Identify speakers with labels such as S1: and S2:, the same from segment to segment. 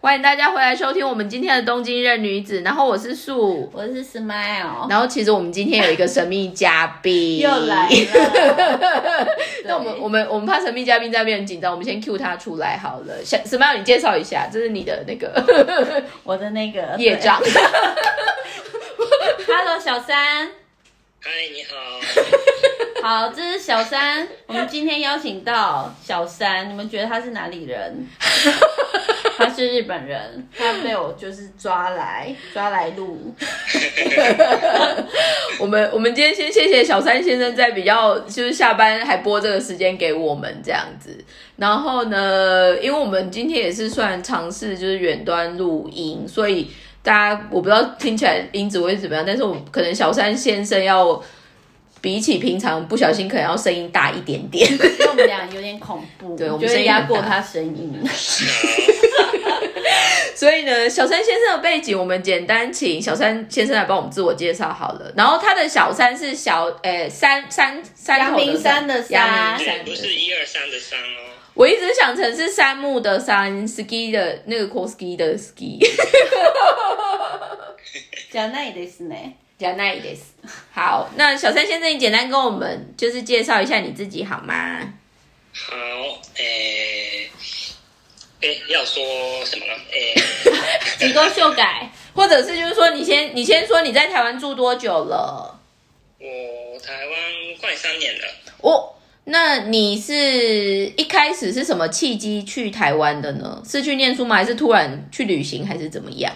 S1: 欢迎大家回来收听我们今天的《东京任女子》，然后我是素，
S2: 我是 Smile，
S1: 然后其实我们今天有一个神秘嘉宾，
S2: 又来。 了。
S1: 那我们我们我们怕神秘嘉宾在那边很紧张，我们先 Q 他出来好了。想 Smile，你介绍一下，这是你的那个
S2: 我的那个
S1: 业障。
S2: 对 Hello，小三，
S3: 嗨，你好，
S2: 好，这是小三。我们今天邀请到小三，你们觉得他是哪里人？ 他是日本人，他被我就是抓来抓来录。
S1: 我们我们今天先谢谢小三先生在比较就是下班还播这个时间给我们这样子。然后呢，因为我们今天也是算尝试就是远端录音，所以大家我不知道听起来音质会怎么样，但是我可能小三先生要比起平常不小心可能要声音大一点点。
S2: 因为我们俩有点恐怖，
S1: 对我们
S2: 觉得
S1: 声音
S2: 压
S1: 很
S2: 过
S1: 大
S2: 他声音。
S1: 所以呢，小三先生的背景，我们简单请小三先生来帮我们自我介绍好了。然后他的小三是小，诶、三三三
S2: 阳
S1: 头的
S2: 明山的山
S1: 阳明
S3: 对，
S1: 山的山
S3: 不是。一二三的三哦，
S1: 我一直想成是山木的山，ski 的那个 c o ski 的 ski。
S2: 讲那也是呢，
S1: 加奈です。好，那小三先生，你简单跟我们就是介绍一下你自己好吗？
S3: 好，诶、诶、要说什么呢？诶、
S2: 机构修改。
S1: 或者是就是说，你先你先说你在台湾住多久了？
S3: 我台湾快三年了，
S1: 哦，那你是一开始是什么契机去台湾的呢？是去念书吗？还是突然去旅行，还是怎么样？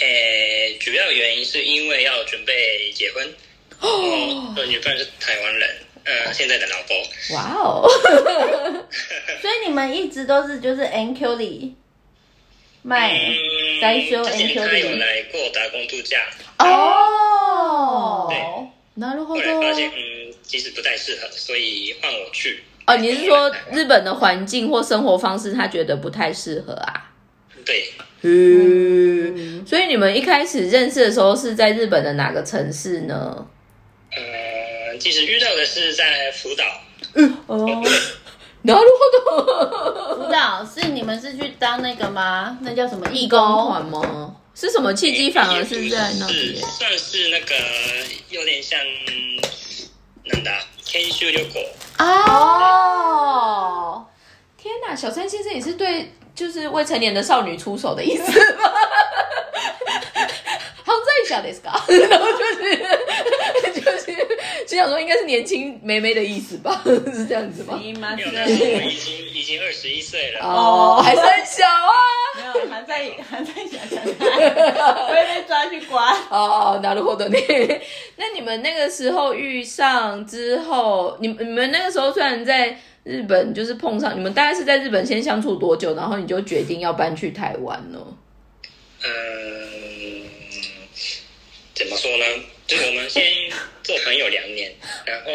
S3: 诶、主要原因是因为要准备结婚，哦，我女朋友是台湾人，呃，现在的老婆，
S1: 哇哦，
S2: 所以你们一直都是就是 NQ 里卖
S3: 嗯，
S2: 该修
S3: 之前
S2: NQ
S3: 她有
S2: 里
S3: 来过打工度假，
S1: 哦，
S2: 哦，
S1: なるほ
S3: 后来发现
S1: ど。
S3: 嗯，其实不太适合，所以换我去，
S1: 哦，你是说日本的环境或生活方式，他觉得不太适合啊？
S3: 对，
S1: 嗯，所以你们一开始认识的时候是在日本的哪个城市呢？
S3: 呃，其实遇到的是在福岛，
S2: 哦，
S1: 然后
S2: 辅导是你们是去当那个吗？那叫什么
S1: 义
S2: 义
S1: 工
S2: 工？
S1: 团吗？是什么契机反而是在那里
S3: 是？算是那个有点像，なんだ研修旅行。
S1: 啊！
S2: 哦，
S1: 天哪，小三先生也是对，就是未成年的少女出手的意思吗？好在小 this 然后就是就是就想说应该是年轻妹妹的意思吧，是这样子吗？
S2: 姨妈
S3: 没有，那时候我已经已经二十一岁了。
S1: 哦，还是很小啊。
S2: 没有，还在还在想想看，会被抓去关。
S1: 哦，拿了获得你。那你们那个时候遇上之后，你你们那个时候虽然在日本就是碰上，你们大概是在日本先相处多久，然后你就决定要搬去台湾呢？
S3: 嗯，呃怎么说呢？就是我们先做朋友两年，然后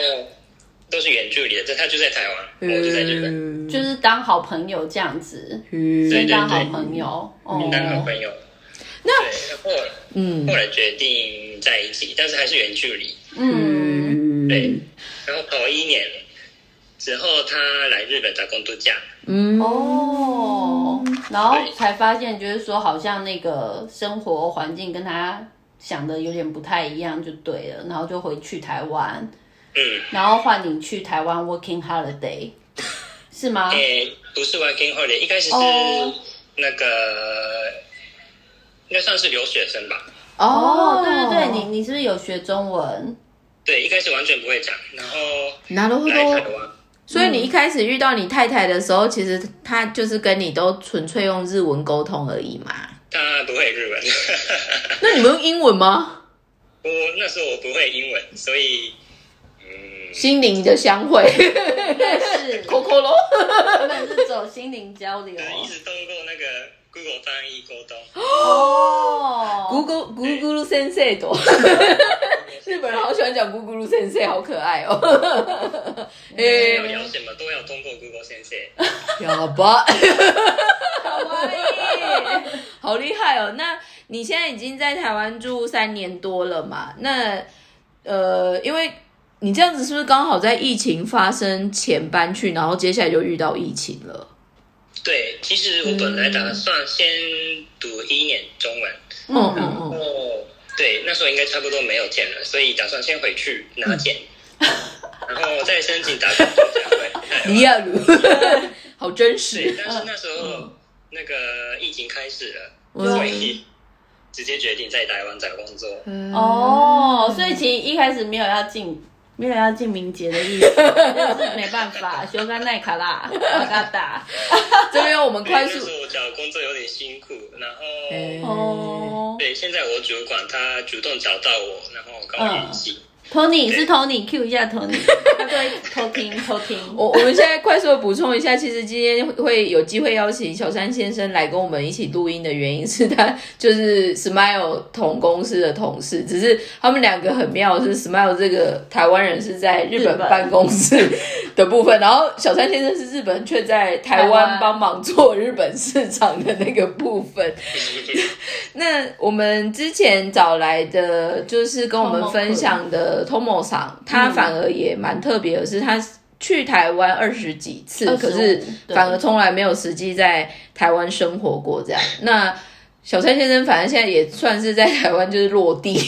S3: 都是远距离的，这他就在台湾，
S1: 嗯
S3: 我就在日本，
S2: 就是当好朋友这样子，
S3: 对
S2: 先
S3: 对
S2: 当好
S3: 对，
S2: 朋友
S3: 当好
S2: 哦。
S3: 朋友。对，后来
S1: 嗯
S3: 后来决定在一起，但是还是远距离。
S1: 嗯
S2: 嗯，
S3: 对，然后头一年之后，他来日本打工度假，
S1: 嗯
S2: 哦，然后才发现就是说，好像那个生活环境跟他想的有点不太一样，就对了，然后就回去台湾，
S3: 嗯，
S2: 然后换你去台湾 working holiday，是吗？
S3: 诶、不是 working holiday，一开始是
S2: 啊哦
S3: 那个应该算是留学生吧。
S2: 哦，对对对，你你是不是有学中文？
S3: 对，一开始完全不会讲，然后
S1: 你拿了获
S3: 来台
S1: 得。
S3: 湾，
S1: 所以你一开始遇到你太太的时候，其实她就是跟你都纯粹用日文沟通而已嘛。
S3: 他不会日文，
S1: 那你们用英文吗？
S3: 我那时候我不会英文，所以嗯，
S1: 心灵的相会，
S2: 是，
S1: 扣扣喽。
S2: 根本是走心灵交流。
S3: 一直通过那个 Google 翻译沟通。
S2: 哦，
S1: 咕咕咕咕噜先生多，日本人好喜欢讲咕咕噜先生，好可爱 哦。诶、
S3: 要聊什么都要通过 Google 先生。
S1: 哑巴，
S2: 哇
S1: 好厉害哦！那你现在已经在台湾住三年多了嘛？那呃，因为你这样子是不是刚好在疫情发生前搬去，然后接下来就遇到疫情了？
S3: 对，其实我本来打算先读一年中文，
S1: 嗯嗯嗯，
S3: 哦，对，那时候应该差不多没有钱了，所以打算先回去拿钱，
S2: 嗯
S3: 然后再申请打工度假回 台湾
S1: 尼尔鲁， 好真
S3: 对，
S1: 实。
S3: 但是那时
S2: 嗯
S3: 候那个疫情开始了，所
S1: 嗯
S3: 以直接决定在台湾找工作。
S2: 嗯哦，所以其实一开始没有要进，没有要进名节的意思，就是没办法，修干奈卡啦，瓦嘎达。
S1: 这边我们
S3: 对那
S1: 快
S3: 时
S1: 速
S3: 候我找工作有点辛苦，然后、
S1: 哎
S2: 哦
S3: 对，现在我主管他主动找到我，然后跟我联系。
S2: ，Tony 是 Tony，Q 一下 Tony，他都会偷听偷听。
S1: 我我们现在快速的补充一下，其实今天会有机会邀请小山先生来跟我们一起录音的原因是他 就是 Smile 同公司的同事，只是他们两个很妙，是 Smile 这个台湾人是在日本
S2: 日本
S1: 办公室的部分，然后小山先生是日本人，却在台
S2: 台
S1: 湾
S2: 湾
S1: 帮忙做日本市场的那个部分。
S2: 嗯
S1: 那我们之前找来的，就是跟我们
S2: Tomo
S1: 分享的 Tomo 桑，他反而也蛮特别的是，他去台湾二十几次，
S2: 25
S1: 可是
S2: 对
S1: 反而从来没有实际在台湾生活过这样。那小蔡先生反正现在也算是在台湾就是落地，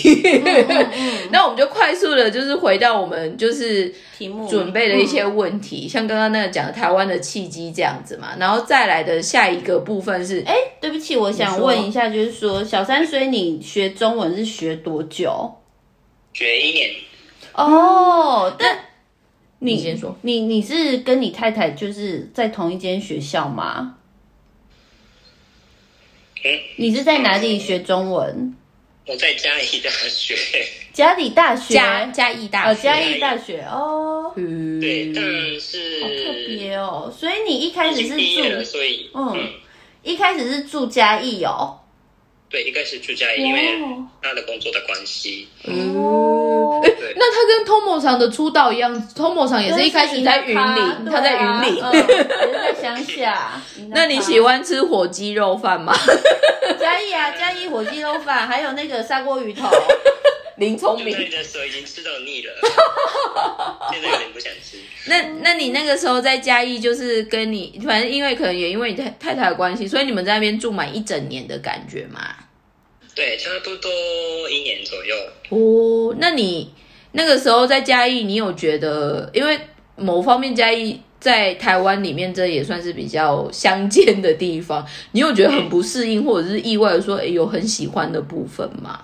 S2: 嗯
S1: 哦 那我们就快速的，就是回到我们就是
S2: 题目嗯
S1: 准备的一些问题，像刚刚那个讲的台湾的契机这样子嘛，然后再来的下一个部分是，哎、
S2: 对不起，我想问一下，就是说小三，所以你学中文是学多久？
S3: 学一年，
S2: 哦，但你
S1: 你先说，
S2: 你你是跟你太太就是在同一间学校吗？
S3: 嗯，
S2: 你是在哪里学中文？
S3: 我在嘉义大学，
S2: 嘉里大学，
S1: 嘉嘉义大
S2: 哦，
S1: 学，
S2: 嘉义大学哦，
S1: 嗯，
S3: 对，但
S2: 好特
S3: 是
S2: 别哦。所以你一开
S3: 已
S2: 始是
S3: 经呃毕业了，
S2: 住，
S3: 所以
S2: 嗯
S3: 嗯，
S2: 一开始是住嘉义哦。
S3: 对，应该是住嘉义，因为
S2: 哦，
S3: 他的工作的关系。
S1: 哦，哎、
S3: 对
S1: 那他跟 Tomo 厂的出道一样，Tomo 厂也是一开始在云林，他啊在云 林。
S2: 啊嗯也是在乡 下。
S1: 那你喜欢吃火鸡肉饭吗？
S2: 嘉义啊？嘉义火鸡肉饭，还有那个砂 锅鱼头。
S1: 林聪
S3: 就那里
S1: 明，
S3: 的时候已经吃到腻 了，现在有点不想吃。
S1: 那那你那个时候在嘉义，就是跟你，反正因为可能也因为你太太太的关系，所以你们在那边住满一整年的感觉嘛。
S3: 对，差不多一年左右。
S1: 哦，那你那个时候在嘉义，你有觉得，因为某方面嘉义在台湾里面，这也算是比较乡间的地方，你有觉得很不适应，或者是意外的说，哎，有很喜欢的部分吗？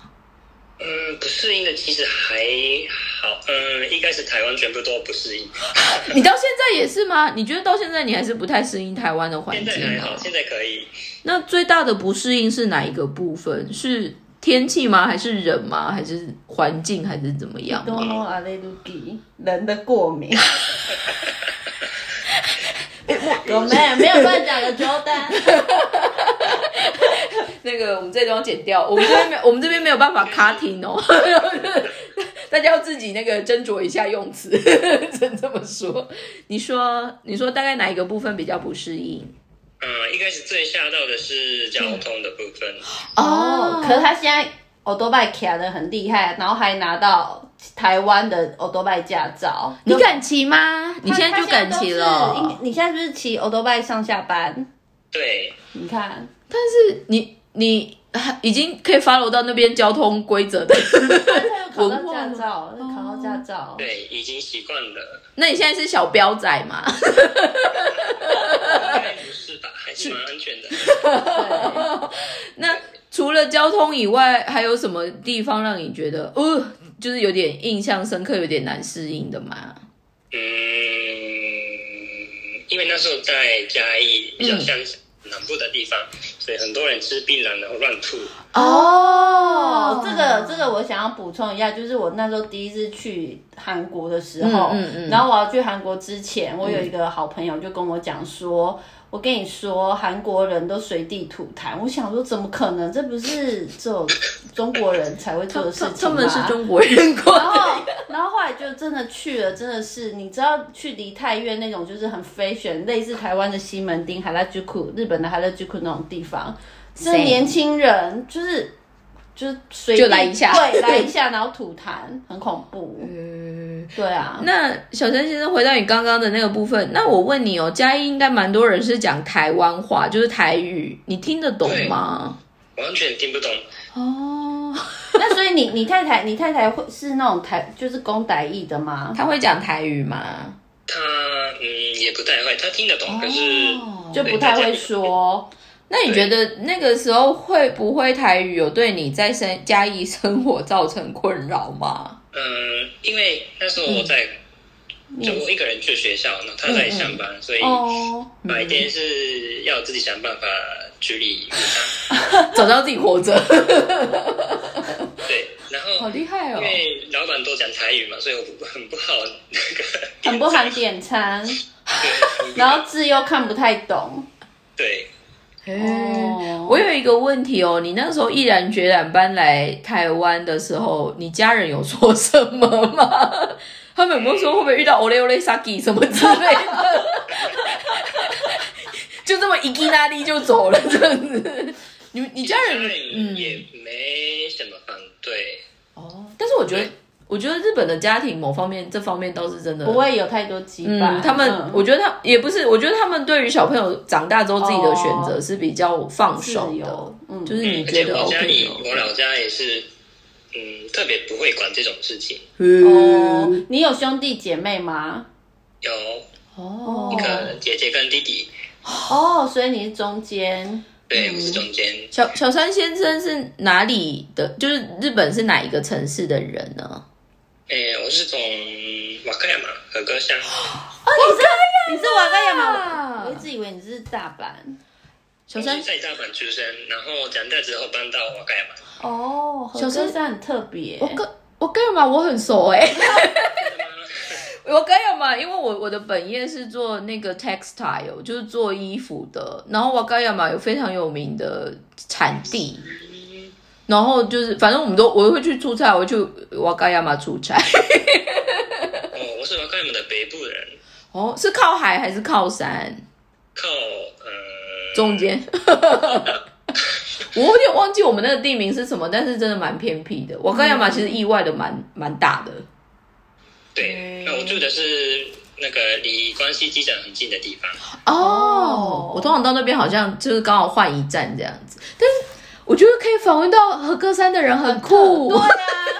S3: 嗯，不适应的其实还好。嗯，一开始台湾全部都不适应，
S1: 你到现在也是吗？你觉得到现在你还是不太适应台湾的环
S3: 现在
S1: 境
S3: 还
S1: 吗
S3: 好，？现在可以。
S1: 那最大的不适应是哪一个部分？是天气吗？还是人吗？还是环境？还是怎么样吗？
S2: know a l l e 人的 过敏。
S1: 哎
S2: 我 没有没有乱讲的 Jordan，
S1: 那个我们这段剪掉，我们这边没 有，我们这边没有办法 cutting 哦， 大家要自己那个斟酌一下用词， 只能这么说。你说，你说大概哪一个部分比较不适应？
S3: 嗯，一开始最吓到的是交通的部分。
S2: 哦，可是他现在欧多拜卡的很厉害，然后还拿到台湾的欧多拜驾照。
S1: 你敢骑吗？你现在就敢骑
S2: 他现在都是
S1: 了，
S2: 你你现在是不是骑欧多拜上下班？
S3: 对，
S2: 你看，
S1: 但是你你啊已经可以 follow 到那边交通规则的，
S2: 他有考到
S1: 文化
S2: 驾
S1: 吗
S2: 照，哦他考到驾照。
S3: 对，已经习惯了。
S1: 那你现在是小彪仔嘛？
S3: 应该不是吧？还是蛮安全的。
S2: 对
S1: 那除了交通以外，还有什么地方让你觉得呃，就是有点印象深刻，有点难适应的吗？
S3: 嗯，因为那时候在嘉义比较
S1: 嗯
S3: 乡下南部的地方，所以很多人吃槟榔然后乱吐。
S2: 哦，这个这个我想要补充一下，就是我那时候第一次去韩国的时候，
S1: 嗯嗯嗯
S2: 然后我要去韩国之前，我有一个好朋友就跟我讲说，我跟你说韩国人都随地吐痰，我想说怎么可能？这不是只有中国人才会做的事情
S1: 他
S2: 吗？
S1: 他们是中国人 过
S2: 然
S1: 来，
S2: 后，然后后来就真的去了，真的是你知道去梨泰院那种就是很 fashion，类似台湾的西门町、海拉居库、日本的海拉居库那种地方，是
S1: Same
S2: 年轻人就是就是随
S1: 就
S2: 便
S1: 来一下
S2: 对，来一下，然后吐痰，很恐怖。
S1: 嗯，
S2: 对啊，
S1: 那小陈先生回到你刚刚的那个部分，那我问你哦，嘉义应该蛮多人是讲台湾话，就是台语，你听得懂吗？
S3: 完全听不懂。
S1: 哦，
S2: 那所以你你太太你太太会是那种台就是公台译的吗？
S1: 他会讲台语吗？
S3: 他嗯也不太会，他听得懂，可是
S1: 哦，
S2: 就不太会说，
S1: 那你觉得那个时候会不会台语有对你在生嘉义生活造成困扰 吗？
S3: 嗯，因为那时候我在
S1: 嗯
S2: 你
S3: 就我一个人去学校，那他在上班，所以
S2: 哦，
S3: 白天是要自己想办法处理。
S1: 找到自己活着，
S3: 对，然后
S1: 好厉害
S3: 因
S1: 哦！
S3: 为老板都讲台语嘛，所以我不很不 好那个
S2: 很不含点餐，
S3: 对
S2: 然后字又看不太懂。
S3: 对，
S1: 哦，我有一个问题哦，你那时候毅然决然搬来台湾的时候，你家人有说什么吗？ 他们有没有说会不会遇到 ole ole saki 什么之类的？ 就这么一叽拉力就走了这样子？你你家
S3: 家
S1: 人
S3: 人也
S1: 嗯
S3: 没什么反对，
S1: 哦，但是我觉得我觉得日本的家庭某方面这方面倒是真的
S2: 不。会有太多羁绊。
S1: 嗯，他们、
S2: 嗯
S1: 我觉得他也不是，我觉得他们对于小朋友长大之后自己的选择是比较放
S2: 自
S1: 手的，
S2: 由，嗯，
S1: 就是你觉
S3: 而且
S1: 得
S3: 我家
S1: OK
S3: 里
S1: 的。哦
S3: 我老家也是，嗯，特别不会管这种事情。
S1: 嗯
S2: 哦，你有兄弟姐妹吗？
S3: 有
S1: 哦
S2: 一
S3: 可能姐姐跟弟弟，
S2: 哦，所以你是中间，
S1: 哦嗯
S3: 对，我是中间，
S1: 小小山先生是哪里的？就是日本是哪一个城市的人呢？
S3: 诶，我是从瓦克亚马和歌山，
S1: 哦
S2: 你是瓦盖亚
S1: 哇
S2: 吗？我一直以为你是大阪。
S1: 小
S3: 我
S1: 山
S3: 是在大阪出生，然后长大之后搬到瓦克亚马。
S2: 哦，
S1: 小
S2: 小
S1: 声
S2: 山山很特别啊
S1: 我， 跟我跟嘛，我很熟哎、我跟嘛，因为我我的本业是做那个 textile，就是做衣服的。然后我跟嘛有非常有名的产地，然后就是反正我们都我会去出差，我会去瓦嘎亚马出差。
S3: 哦，我是瓦克亚马的北部人，
S1: 哦，是靠海还是靠山？
S3: 靠呃
S1: 中间。 我有点忘记我们那个地名是什么，但是真的蛮偏僻的。瓦干亚马其实意外的蛮蛮大的。嗯
S3: 对，那我住的是那个离关西机场很近的地方。
S1: 哦
S2: 哦，
S1: 我通常到那边好像就是刚好换一站这样子，但是我觉得可以访问到和歌山的人很酷
S2: 对。啊，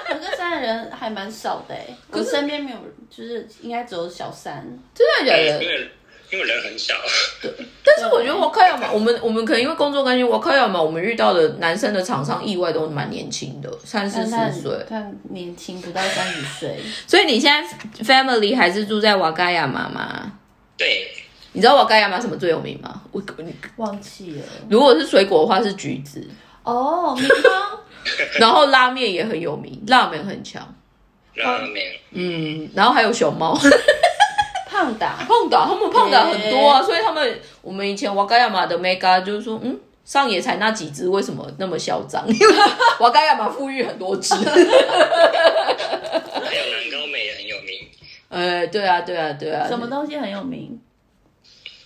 S2: 横歌山的人还蛮少的诶，
S1: 可
S2: 我
S1: 是
S2: 身边没有人，就是应该只有小山。
S1: 真的假
S3: 因
S1: 的？
S3: 为因为人很少，
S1: 但是我觉得瓦干亚马，我们我们可能因为工作关系，瓦干亚马我们遇到的男生的厂商意外都蛮年轻的，三四
S2: 但他
S1: 十岁。
S2: 他年轻不到三十 岁，
S1: 所以你现在 family 还是住在瓦干亚马吗？
S3: 对，
S1: 你知道瓦干亚马什么最有名吗？我你
S2: 忘记了。
S1: 如果是水果的话是橘子，
S2: 哦，明吗？
S1: 然后拉面也很有名，拉面很强。
S3: 拉面，
S1: 嗯，然后还有熊猫
S2: 胖达，
S1: 胖达，他们胖达很多啊，所以他们我们以前瓦盖亚马的 mega 就是说，嗯，上野才那几只为什么那么嚣 张？因为瓦盖亚马富裕很多只。
S3: 还有南高美也很有名，
S1: 呃，对啊，对啊，对啊，
S2: 什么东西很有名？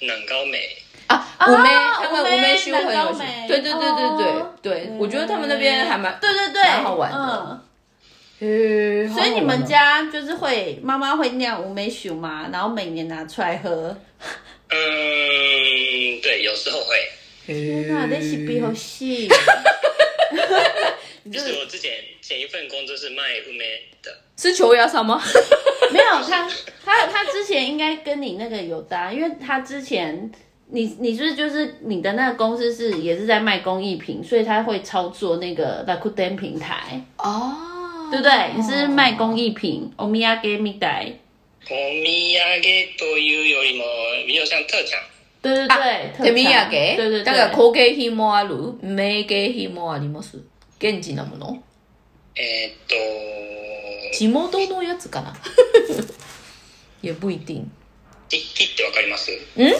S3: 南高美，
S1: 啊？
S2: 啊
S1: 五妹，他们
S2: 五
S1: 五
S2: 妹
S1: 妹修很
S2: 南
S1: 有
S2: 高
S1: 名
S2: 梅，
S1: 对对对对对
S2: 哦
S1: 对，我觉得他们那边还蛮，
S2: 对对对，
S1: 蛮好玩的
S2: 嗯
S1: 嘿
S2: 所以你
S1: 好好玩
S2: 们
S1: 哦
S2: 家就是会妈妈会酿乌梅酒吗？然后每年拿出来喝。
S3: 嗯，对，有时候会，
S2: 天
S1: 啊
S2: 哪，那是比好戏。
S3: 就是我之前前一份工作是卖乌梅的，
S1: 是球牙 上吗？
S2: 没有他，他他之前应该跟你那个有搭，因为他之前你你是不是就是你的那个公司是也是在卖工艺品，所以他会操作那个 Rakuten 平台，
S1: 哦，
S2: 对不对？你是卖工艺品，omiyage m i d a
S3: お土産というよりも比较像特产，
S2: 对
S1: 啊
S2: 对对，特
S1: 手土産
S2: 产对对对，
S1: だから工芸品もある名芸品もあります現地のもの
S3: えーっと，
S1: 地元のやつか な也不一定
S3: 漆器ってわかります？
S1: ん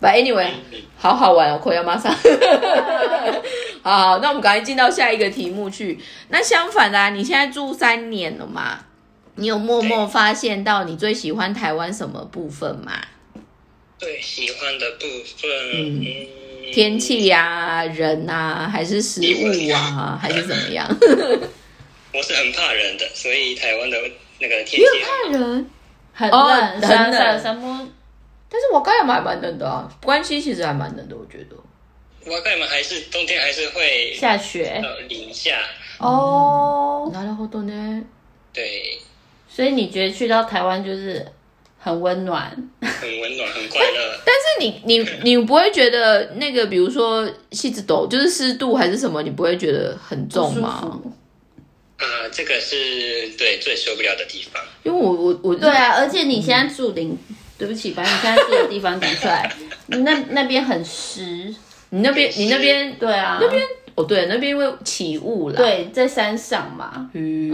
S1: But anyway，好好玩哦，口要马上。 好好，那我们赶快进到下一个题目去。那相反的、啊，你现在住三年了嘛？你有默默发现到你最喜欢台湾什么部分吗？
S3: 最喜欢的部分，
S1: 嗯
S3: 嗯，
S1: 天气呀、人啊，还是食物啊，还是怎么样？
S3: 我是很怕人的，所以台湾的那个天
S1: 你
S3: 气
S1: 很怕人，
S2: 很
S1: 哦
S2: 冷，
S1: 很
S2: 山
S1: 冷
S2: 山山坡
S1: 但是我刚才还蛮冷的啊，关西其实还蛮冷的，我觉得。
S3: 我干嘛还是冬天还是会
S2: 下雪，
S3: 呃零下，
S2: 哦，
S1: なるほどね。
S3: 对，
S2: 所以你觉得去到台湾就是很温暖，
S3: 很温暖，很快乐。
S1: 但是你你你不会觉得那个，比如说细致抖，就是湿度还是什么，你不会觉得很重
S2: 不舒
S1: 吗
S2: 服？
S3: 啊，这个是对最受不了的地方。
S1: 因为我我我
S2: 对啊，而且你现在住林，对不起，把你现在住的地方讲出来，那那边很湿。
S1: 你那边你那边
S2: 对啊，那边
S1: 哦对，那边会起雾啦。，
S2: 对在山上嘛。
S1: 嗯，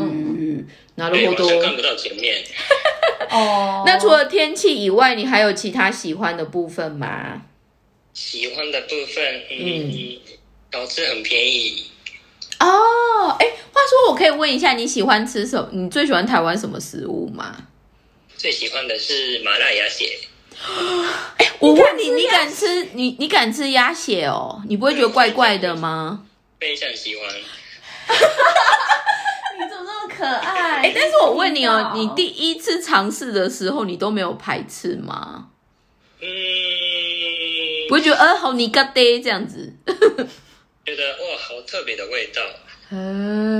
S1: なる
S3: 对，
S1: ほ
S3: 晚上看
S1: ど。
S3: 不到前面。
S2: 哦，
S1: 那除了天气以外，你还有其他喜欢的部分吗？
S3: 喜欢的部分，嗯，小吃很便宜，
S1: 哦，哎，话说我可以问一下，你喜欢吃什么？你最喜欢台湾什么食物吗？
S3: 最喜欢的是麻辣鸭血。
S1: 我问你，你敢吃你你敢吃鸭血哦？你不会觉得怪怪的吗？
S3: 非常喜欢，
S2: 你怎么那么可爱？
S1: 哎、但是我问你哦，你
S2: 知道
S1: 第一次尝试的时候，你都没有排斥吗？
S3: 嗯，
S1: 不会觉得呃好你个爹这样子？
S3: 觉得哇，好特别的味道，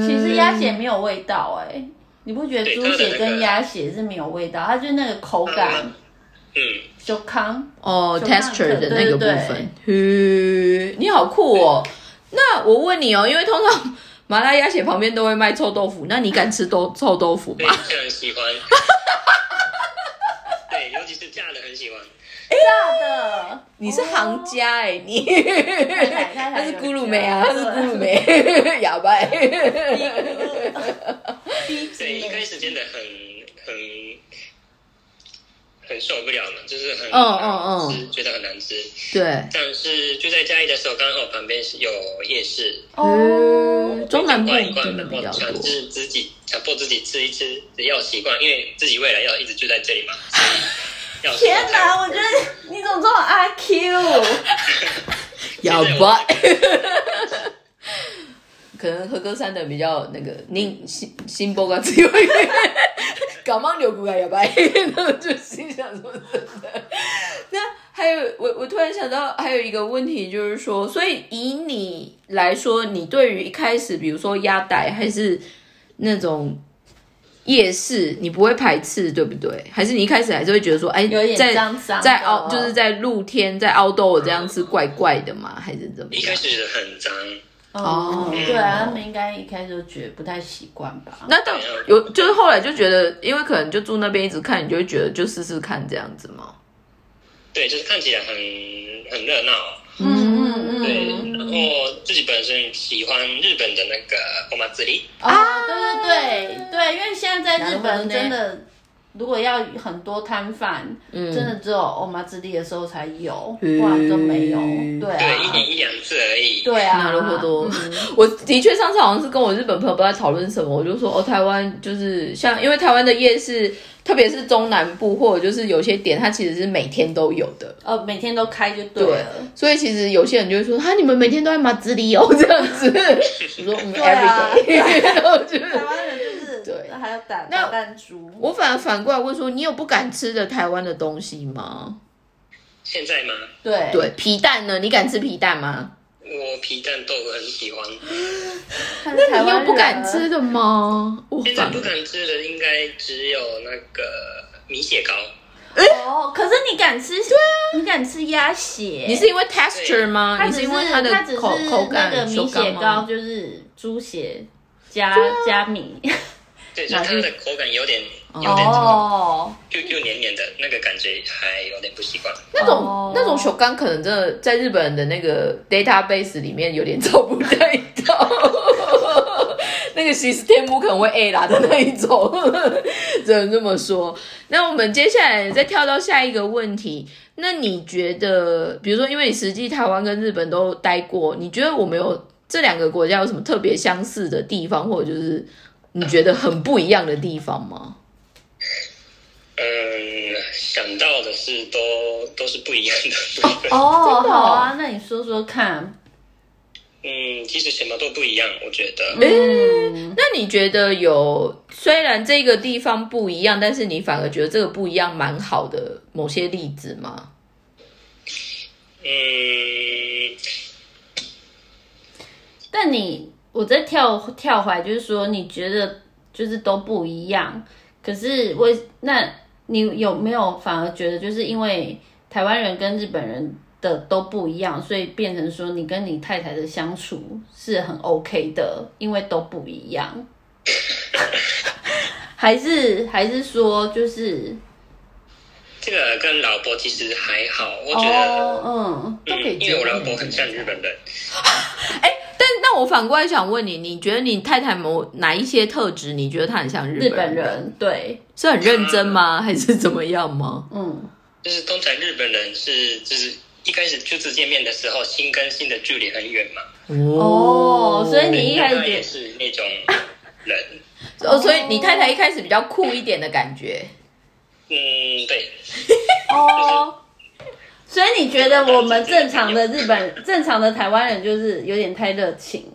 S2: 其实鸭血没有味道哎、你不觉得猪血
S3: 对它的那
S2: 跟
S3: 个
S2: 鸭血是没有味道？它就是那个口感，
S3: 嗯，
S2: 就康。
S1: 哦
S2: 就看
S1: ，texture 的那个部分
S2: 对，
S1: 嘿，你好酷哦。那我问你哦，因为通常麻辣鸭血旁边都会卖臭豆腐，那你敢吃豆臭豆腐
S3: 非
S1: 吗？
S3: 常喜 欢。对，尤其是嫁的很喜欢，
S2: 大的，
S1: 你是行 家哎、你
S2: 奶奶
S1: 他是咕噜妹啊，他是咕噜妹，哑巴欸。
S2: 逼
S3: 对，一
S2: 急
S3: 开始真的很很很受不了嘛，就是很
S1: 嗯嗯嗯
S3: 嗯，觉得很难吃。
S1: 对，
S3: 但是就在嘉义的时候，刚好旁边是有夜市，
S1: 哦，中南部
S3: 一罐
S1: 真的
S3: 然
S1: 比
S3: 后
S1: 较
S3: 强
S1: 多。
S3: 制自己强迫自己吃一吃，要习惯，因为自己未来要一直住在这 里嘛，所以要 习
S2: 天
S3: 惯
S2: 哪，我觉得你怎么这么阿 Q？
S1: 哑巴。可能合歌山的比较那个宁心心波个只有一点，感冒流骨啊哑巴，然后就心想说真的。那还有我我突然想到还有一个问题就是说，所以以你来说，你对于一开始比如说鸭仔还是那种夜市，你不会排斥对不对？还是你一开始还是会觉得说，哎，
S2: 有点
S1: 在
S2: 脏脏的哦
S1: 在凹就是在露天在凹豆这样是怪怪的吗？还是怎么
S3: 一开
S1: 样？
S3: 始很脏，
S1: 哦
S3: 嗯
S2: 对啊，他们应该一开始就觉得不太习惯吧？
S1: 那到有就是后来就觉得，因为可能就住那边一直看，你就会觉得就试试看这样子嘛。
S3: 对，就是看起来很很热闹，
S2: 嗯嗯
S3: 对，
S2: 嗯，
S3: 然后自己本身喜欢日本的那个欧玛之里，
S2: 啊，对对对对，因为现在在日本
S1: 然
S2: 真的，如果要很多摊贩，真的只有欧妈之地的时候才有，
S1: 嗯
S2: 不然都没有。对
S3: 对，一
S2: 啊，
S3: 年一两次而已，
S2: 对啊，
S1: 那如何多
S2: 嗯？
S1: 我的确上次好像是跟我日本朋友不知道在讨论什么，我就说哦，台湾就是像因为台湾的夜市，特别是中南部或者就是有些点，它其实是每天都有的。
S2: 呃，每天都开就对
S1: 对
S2: 了。，
S1: 所以其实有些人就会说，啊，你们每天都在马自里哦， 这样子。我说，嗯
S2: 对啊
S1: ，every day。然后 就
S2: 台湾人就是
S1: 对
S2: 还要打
S1: 那
S2: 打弹珠。
S1: 我反而反过来问说，你有不敢吃的台湾的东西吗？
S3: 现在吗？
S2: 对
S1: 对，皮蛋呢？你敢吃皮蛋吗？
S3: 我皮蛋豆腐很喜欢，
S1: 那你有不敢吃的吗？我
S3: 现在
S1: 反
S3: 不敢吃的应该只有那个米血糕，
S2: 哦，可是你敢吃？对啊，你敢吃鸭血？
S1: 你是因为 texture 吗？
S2: 它
S1: 你
S2: 只
S1: 因为
S2: 它
S1: 的
S2: 只是
S1: 口口
S2: 那个
S1: 感手
S2: 米
S1: 感
S2: 血糕
S1: 吗？啊
S2: 就是猪血加、加米。
S3: 对，就是它的口感有点有点这种
S2: 哦，
S3: Q Q 黏黏的那个感觉还有点不习惯。
S1: 那种、
S2: 哦
S1: 那种手干可能真的在日本人的那个 database 里面有点找不太到。 那个 system 可能会 A 啦的那一种， 只能这么说。那我们接下来再跳到下一个问题，那你觉得，比如说，因为你实际台湾跟日本都待过，你觉得我们有这两个国家有什么特别相似的地方，或者就是你觉得很不一样的地方吗？
S3: 嗯，想到的是都都是不一样的 部
S1: 真
S2: 哦，
S3: 分。
S1: 的哦
S2: 好啊，那你说说看。
S3: 嗯，其实什么都不一样，我觉得。
S2: 嗯，
S1: 那你觉得有，虽然这个地方不一样，但是你反而觉得这个不一样蛮好的某些例子吗？
S3: 嗯，
S2: 但你我在跳跳回来，就是说你觉得就是都不一样，可是我那你有没有反而觉得就是因为台湾人跟日本人的都不一样，所以变成说你跟你太太的相处是很 OK 的，因为都不一样。 还是还是说就是
S3: 这个跟老婆其实还好，我觉得，
S2: 哦嗯，
S1: 都可以
S3: 嗯，因为我老婆很像日本人。
S1: 但那我反过来想问你，你觉得你太太某哪一些特质，你觉得她很像日
S2: 日
S1: 本
S2: 本人对，
S1: 是很认真吗？ 还是怎么样吗？
S2: 嗯
S3: 就是通常日本人是就是一开始初次见面的时候，心跟心的距离很远嘛。
S2: 哦所以你一开始
S3: 他也是那种人，
S1: 哦，所以你太太一开始比较酷一点的感觉，
S3: 嗯，对，
S2: 哦，所以你觉得我们正常的日本正常的台湾人就是有点太热情，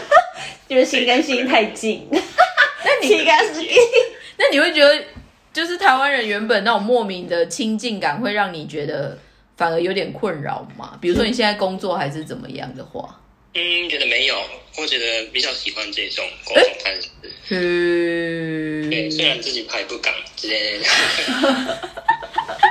S2: 就是心跟心太近，那你跟是
S1: 那你会觉得就是台湾人原本那种莫名的亲近感，会让你觉得反而有点困扰吗？比如说你现在工作还是怎么样的话，
S3: 嗯，觉得没有，我觉得比较喜欢这种沟通方式。
S1: 嗯，
S3: 对，虽然自己还不敢之类 的，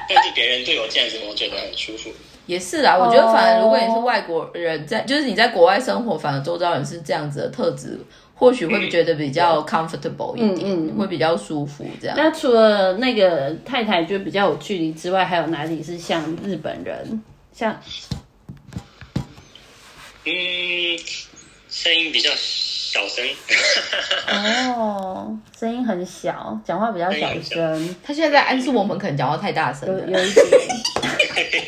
S3: 但是别人对我这样子，我觉得很舒服。
S1: 也是啦，我觉得反而
S2: 哦
S1: 如果你是外国人在，就是你在国外生活，反而周遭人是这样子的特质，或许会觉得比
S3: 嗯
S1: 较 comfortable 一点，
S2: 嗯嗯
S1: 会比较舒服这样。
S2: 那除了那个太太就比较有距离之外，还有哪里是像日本人？像
S3: 嗯，声音比较小声，
S2: 哦，声音很小，讲话比较小声，
S1: 他现在在暗示我们可能讲话太大声
S2: 有
S1: 了，
S2: 有一点。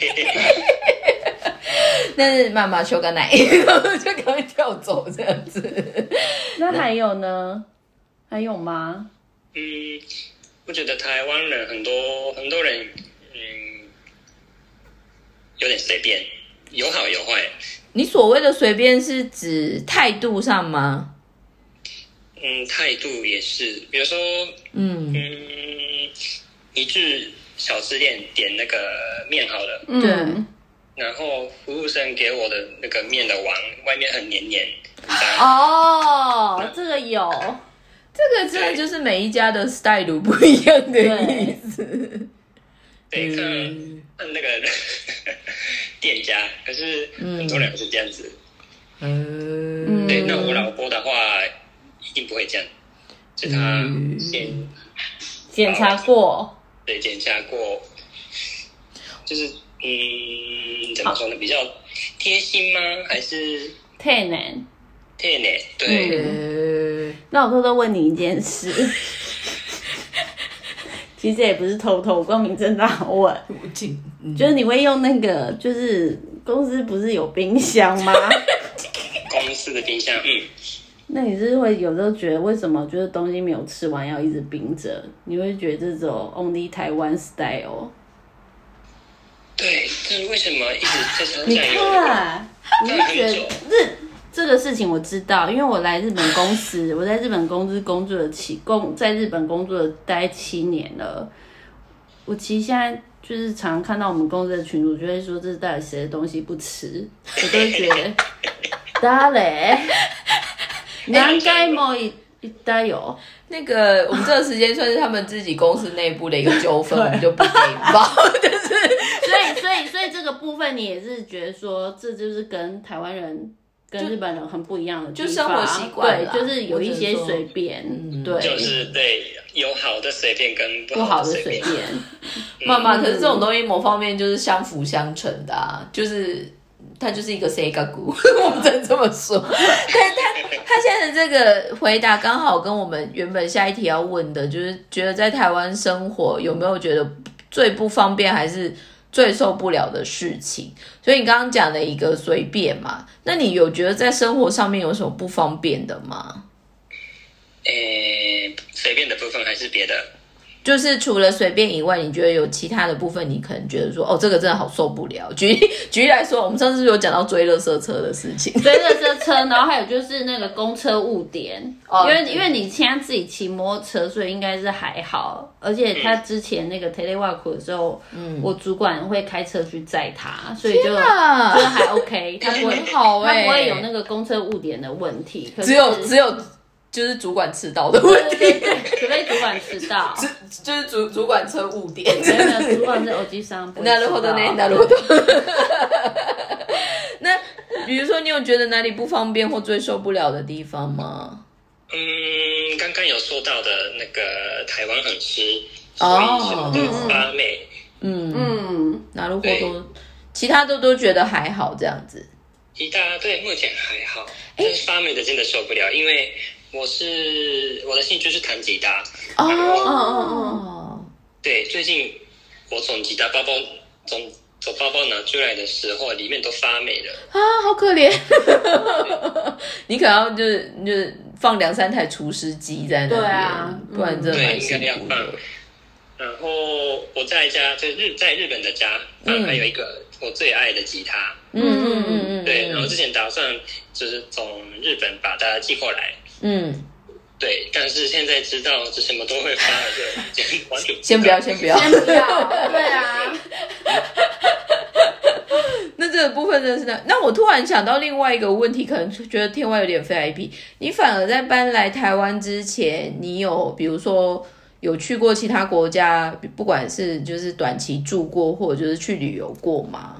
S1: 但是妈妈修个奶 就赶快跳走这样子。
S2: 那还有呢？还有吗？
S3: 嗯，我觉得台湾人很多很多人，嗯，有点随便，有好有坏。
S1: 你所谓的随便是指态度上吗？
S3: 嗯，态度也是，比如说，
S1: 嗯，
S3: 嗯，一去小吃店点那个面好了，
S2: 嗯
S1: 对
S3: 然后服务生给我的那个面的碗外面很黏黏，
S2: 哦，这个有，
S1: 这个真的就是每一家的 style 不一样的意思。
S3: 对，看
S1: 嗯
S3: 看那个 店家，可是很多人是这样子。
S1: 嗯
S3: 对，那我老婆的话一定不会这样，是她先
S2: 检查过。
S3: 对检查过，就是嗯，怎么说呢，比较贴心吗？还是
S2: 太难。
S3: 贴呢？对，
S1: 呃
S2: 那我偷偷问你一件事，其实也不是偷偷，我光明正大问，
S1: 我进嗯
S2: 就是你会用那个，就是公司不是有冰箱吗？
S3: 公司的冰箱，嗯，
S2: 那你是会有时候觉得为什么就是东西没有吃完要一直冰着？你会觉得这种 only 台湾 style？
S3: 对，但是为什么一直在车
S2: 你
S3: 上有？
S2: 看，你就觉得日这个事情我知道，因为我来日本公司， 我在日本公司工作了七工，在日本工作了待七年了。我其实现在就是常常看到我们公司的群主就会说这是到底谁的东西不吃，我都会觉 得誰何回も言ったよ。
S1: 那个，我们这个时间算是他们自己公司内部的一个纠 纷，我们就不给报。
S2: 所以，所以，所以这个部分你也是觉得说，这就是跟台湾人、跟日本人很不一样的地方，
S1: 就生活习惯啦
S2: 对，就是有一
S1: 我
S2: 些
S1: 只能说
S2: 随便，
S1: 嗯
S2: 对，
S3: 就是对，有好的随便跟不
S2: 不好
S3: 好
S2: 的
S3: 的随
S2: 随
S3: 便
S2: 便。，
S1: 妈妈，可是这种东西某方面就是相辅相成的、 啊，就是它就是一个 say 个股，我们只能这么说。但是它他现在的这个回答刚好跟我们原本下一题要问的，就是觉得在台湾生活有没有觉得最不方便还是最受不了的事情？所以你刚刚讲了一个随便嘛，那你有觉得在生活上面有什么不方便的吗？
S3: 诶、随便呃的部分还是别的？
S1: 就是除了随便以外，你觉得有其他的部分，你可能觉得说，哦，这个真的好受不了。举例 举例来说，我们上次有讲到追垃圾车的事情，
S2: 追着这车，然后还有就是那个公车误点，
S1: 哦
S2: 因为
S1: 对
S2: 因为你现在自己骑摩托车，所以应该是还好。而
S3: 嗯
S2: 且他之前那个 telework 的时候，
S1: 嗯
S2: 我主管会开车去载他，所以就就
S1: 啊
S2: 还 OK，他不会
S1: 很好
S2: 他
S1: 哎、
S2: 不会有那个公车误点的问题。可是
S1: 只有只有就是主管迟到的 问
S2: 对
S1: 题，
S2: 对对，除非主管迟到，
S1: 就是主主管车误点。
S2: 没有没有，主管是耳机上不会
S1: なるほ
S2: 迟到
S1: どね，なるほど。 那比如说，你有觉得哪里不方便或最受不了的地方吗？
S3: 嗯，刚刚有说到的那个台湾很湿，所
S1: 哦
S3: 以什么都发霉。
S1: 嗯，
S2: 嗯，
S1: 哪路或
S3: 对
S1: 多，其他都都觉得还好这样子。
S3: 一大对，目前还好，但是发霉的真的受不了，因为我是我的兴趣是弹吉他，
S1: 哦
S2: 哦
S1: 哦
S3: 对，最近我从吉他包包从从包包拿出来的时候，里面都发霉了，
S1: 啊，好可怜。 你可能要就是就是放两三台除湿机在那边，
S2: 对啊
S1: 不然真的
S3: 嗯对，
S1: 蛮
S3: 应
S1: 辛
S3: 该要
S1: 苦
S3: 放
S1: 的。。
S3: 然后我在家，就日在日本的家，嗯，
S1: 嗯
S3: 还有一个我最爱的吉他，
S1: 嗯嗯嗯嗯，
S3: 对，然后之前打算就是从日本把它寄过来，
S1: 嗯，
S3: 对，但是现在知道这什么都会发，就 就完全
S1: 先不要，先不要。
S2: 先不要， 对啊，
S1: 那这个部分真的是那……那我突然想到另外一个问题，可能觉得天外有点飞来一笔。你反而在搬来台湾之前，你有比如说有去过其他国家，不管是就是短期住过，或者就是去旅游过吗？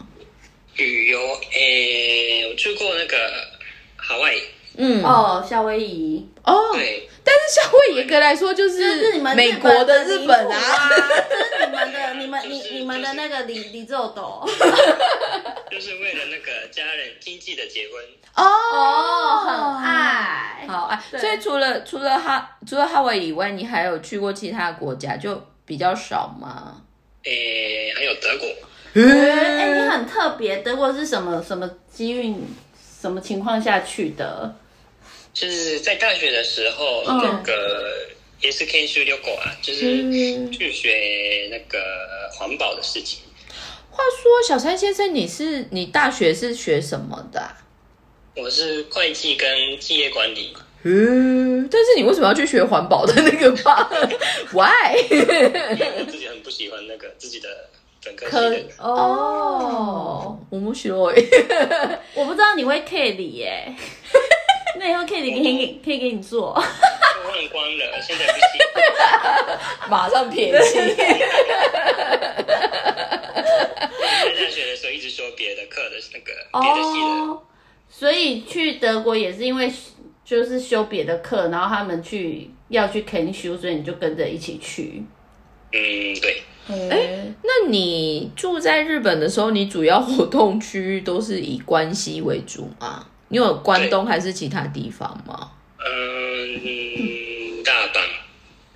S3: 旅游，诶、我去过那个海外，
S1: 嗯哦
S2: 哦，夏威夷，
S3: 对，
S1: 但是夏威夷严格来说就
S2: 这是
S1: 是
S2: 你们
S1: 美国的日本
S2: 啊
S1: 啊，，
S2: 这是你们的你们你
S3: 就是
S2: 你们的那个李李奏斗，
S3: 就是为了那个家人经济的结婚，
S2: 哦，
S1: 哦
S2: 很。爱，
S1: 好啊，
S2: 对
S1: 所以除了除了哈除了哈维以外，你还有去过其他国家，就比较少吗？
S3: 诶、还有德国，
S2: 哎、你很特别，德国是什么什么机运？什么情况下去的？
S3: 就是在大学的时候，
S2: 嗯
S3: 那个也是可以去遛狗啊，
S2: 嗯
S3: 就是去学那个环保的事情。
S1: 话说，小三先生，你是你大学是学什么的、啊？
S3: 我是会计跟企业管理，
S1: 嗯，但是你为什么要去学环保的那个吧？Why？
S3: 我自己很不喜欢那个自己的本科系
S2: 可
S3: 的。
S1: 哦
S2: 哦，，
S1: 我们学 诶，
S2: 我不知道你会 K 里耶， 那以后 K 里可以给可以给你做。
S3: 都忘光了，现在不行。
S1: 马上撇清。
S3: 在大学的时候一直说别的课的那个别的系的，
S2: 哦，所以去德国也是因为就是修别的课，然后他们去要去肯修，所以你就跟着一起去。
S3: 嗯，对，
S2: 哎、
S1: 那你住在日本的时候，你主要活动区域都是以关西为主吗？你有关东还是其他地方吗？
S3: 嗯，大阪，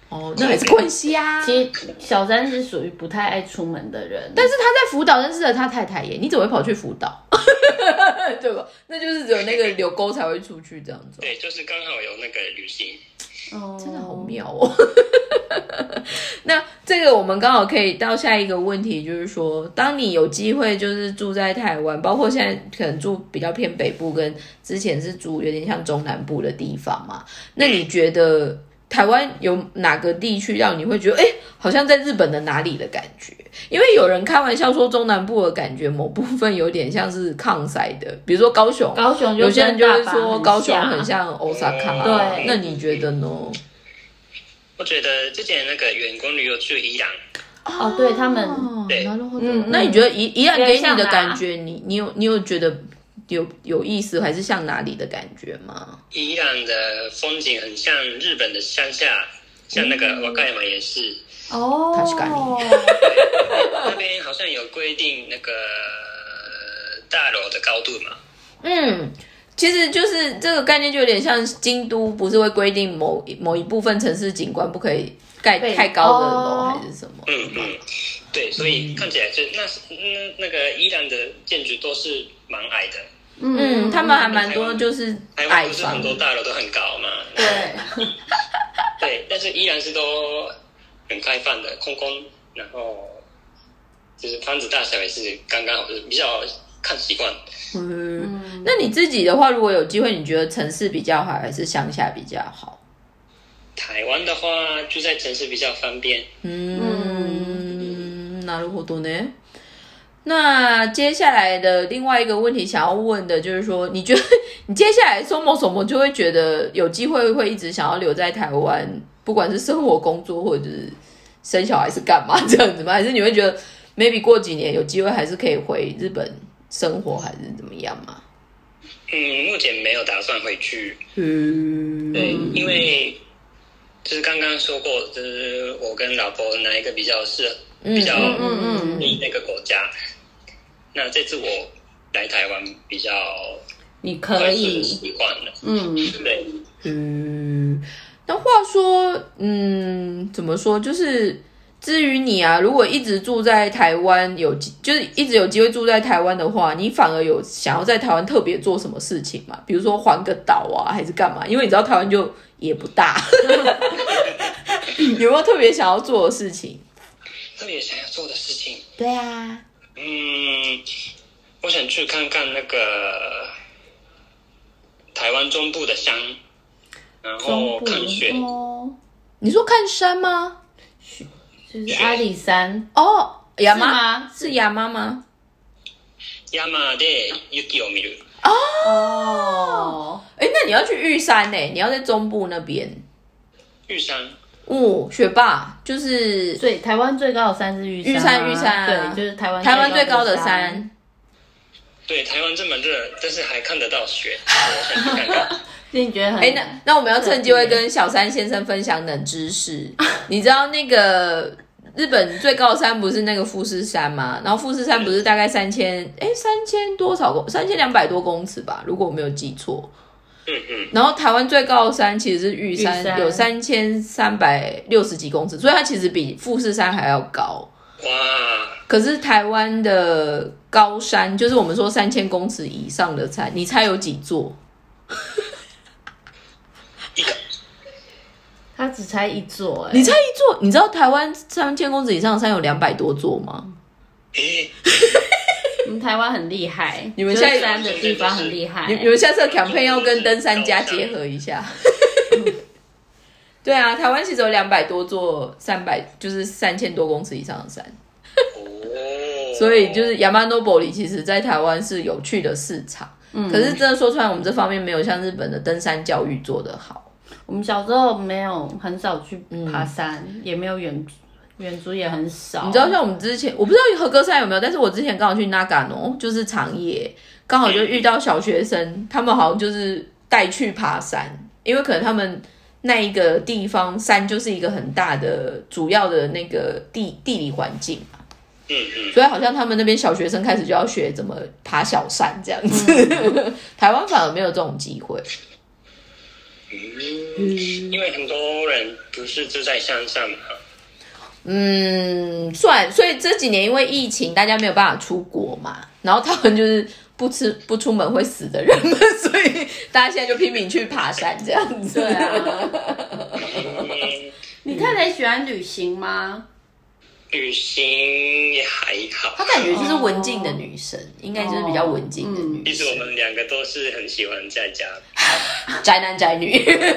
S1: 哦，那还是 关西啊。
S2: 其实小三是属于不太爱出门的人，
S1: 但是他在福岛认识了他太太耶，你怎么会跑去福岛？ 对吧？那就是只有那个柳沟才会出去这样子哦。
S3: 对，就是刚好有那个旅行，
S2: 哦
S1: 真的好妙哦。 那这个我们刚好可以到下一个问题，就是说，当你有机会就是住在台湾，包括现在可能住比较偏北部，跟之前是住有点像中南部的地方嘛，那你觉得台湾有哪个地区让你会觉得，哎、好像在日本的哪里的感觉？因为有人开玩笑说中南部的感觉某部分有点像是抗塞的，比如说高雄。
S2: 高雄就
S1: 有些人就会
S2: 跟大阪
S1: 说高雄很
S2: 很，啊
S1: 像 Osaka，
S2: 对
S1: 那你觉得呢？
S3: 我觉得之前那个员工旅游去宜兰，
S2: 哦对他们
S3: 对啊
S1: 拿了后
S2: 嗯
S1: 那你觉得一一样给你
S2: 有点像
S1: 的
S2: 啦
S1: 感觉，你你有你有觉得有有意思，还是像哪里的感觉吗？
S3: 宜兰的风景很像日本的乡下，像那个和歌山也是，
S2: 哦
S1: 確か
S3: 那边好像有规定那个大楼的高度嘛，
S1: 嗯，其实就是这个概念，就有点像京都不是会规定某某一部分城市景观不可以盖
S2: 对
S1: 太高的楼
S2: 哦
S1: 还是什么？
S3: 嗯嗯，对，所以看起来就那是那那个宜兰的建筑都是蛮矮的，
S1: 嗯，他们还蛮多就是哎
S3: 嗯台
S1: 矮
S3: 湾不是
S1: 房
S3: 很，多大楼都很高嘛，
S2: 对，
S3: 对，但是依然是都很开放的，空空，然后就是房子大小也是刚刚好，就是比较看习惯。
S1: 嗯。
S2: 嗯，
S1: 那你自己的话，如果有机会，你觉得城市比较好还是乡下比较好？
S3: 台湾的话，住在城市比较方便。
S1: 嗯，なるほどね。那接下来的另外一个问题，想要问的就是说，你觉得 你接下来说某什么就会觉得有机会会一直想要留在台湾，不管是生活、工作，或者是生小孩是干嘛这样子吗？还是你会觉得 maybe 过几年有机会还是可以回日本生活，还是怎么样嘛？
S3: 嗯，目前没有打算回去，
S1: 嗯，
S3: 对，因为就是刚刚说过，就是我跟老婆哪一个比较适合，比较
S1: 嗯
S2: 嗯
S3: 你那个国家。那这次我来台湾比较
S2: 你
S3: 快
S2: 可
S3: 速
S2: 以，
S3: 习惯了，
S2: 嗯，
S3: 对，
S1: 嗯，那话说，嗯，怎么说？就是至于你啊，如果一直住在台湾，有机就是一直有机会住在台湾的话，你反而有想要在台湾特别做什么事情嘛？比如说环个岛啊，还是干嘛？因为你知道台湾就也不大，有没有特别想要做的事情？
S3: 特别想要做的事情。
S1: 对啊，
S3: 嗯，我想去看看那个台湾中部的山，然后
S2: 中
S3: 看雪。
S2: 部哦，
S1: 你说看山吗？
S2: 就是阿里山，
S1: 哦，亚
S2: 是
S1: 妈
S2: 吗？
S1: 是亚妈吗？
S3: 山で雪を見る。
S2: 哦，
S1: 哎，那你要去玉山呢、你要在中部那边。
S3: 玉山，
S1: 哦，学霸就是
S2: 最台湾最高的山是玉
S1: 玉
S2: 山啊，
S1: 山玉山啊
S2: 对，就是台湾
S1: 台湾最高
S2: 的
S1: 的山，
S3: 对，台湾这么热，但是还看得到雪，我想去看看。
S2: 所以你觉得很
S1: 哎、那那我们要趁机会跟小三先生分享冷知 识。你知道那个日本最高的山不是那个富士山吗？然后富士山不是大概三千哎三千多少公三千两百多公尺吧，如果我没有记错。
S3: 嗯嗯，
S1: 然后台湾最高的山其实是玉山，
S2: 玉山
S1: 有三千三百六十几公尺，所以它其实比富士山还要高。
S3: 哇，
S1: 可是台湾的高山，就是我们说三千公尺以上的山，你猜有几座？
S3: 一个
S2: 它只才一座，哎，
S1: 你猜一座？你知道台湾三千公尺以上的山有两百多座吗？
S3: 诶，
S2: 我们台湾很厉害，
S1: 你们
S2: 就是
S1: 现在
S2: 山的地方很厉害
S1: 你，你们下次的 campaign 要跟登山家结合一下。 对啊，台湾其实有两百多座三百，就是三千多公尺以上的山，
S3: 哦，
S1: 所以就是 Yamanobo 里其实在台湾是有趣的市场。
S2: 嗯
S1: 可是真的说出来，我们这方面没有像日本的登山教育做得好。
S2: 我们小时候没有很少去爬山，也没有远足远足也很少。
S1: 嗯你知道，像我们之前，我不知道合歌山有没有，但是我之前刚好去 Nagano，就是长野，刚好就遇到小学生，他们好像就是带去爬山，因为可能他们那一个地方山就是一个很大的主要的那个地地理环境嘛，
S3: 嗯嗯，
S1: 所以好像他们那边小学生开始就要学怎么爬小山这样子， 台湾反而没有这种机会。
S3: 嗯，因为很多人不是住在山上嘛，
S1: 嗯，算，所以这几年因为疫情，大家没有办法出国嘛，然后他们就是不吃不出门会死的人们，所以大家现在就拼命去爬山这样子。
S2: 对 啊，
S3: 嗯，
S2: 你太太喜欢旅行吗？
S3: 旅行也还好。
S1: 她感觉就是文静的女生，应该就是比较文静的女
S3: 其实
S1: 生，
S3: 我们两个都是很喜欢在家，
S1: 宅男宅女。
S2: 因为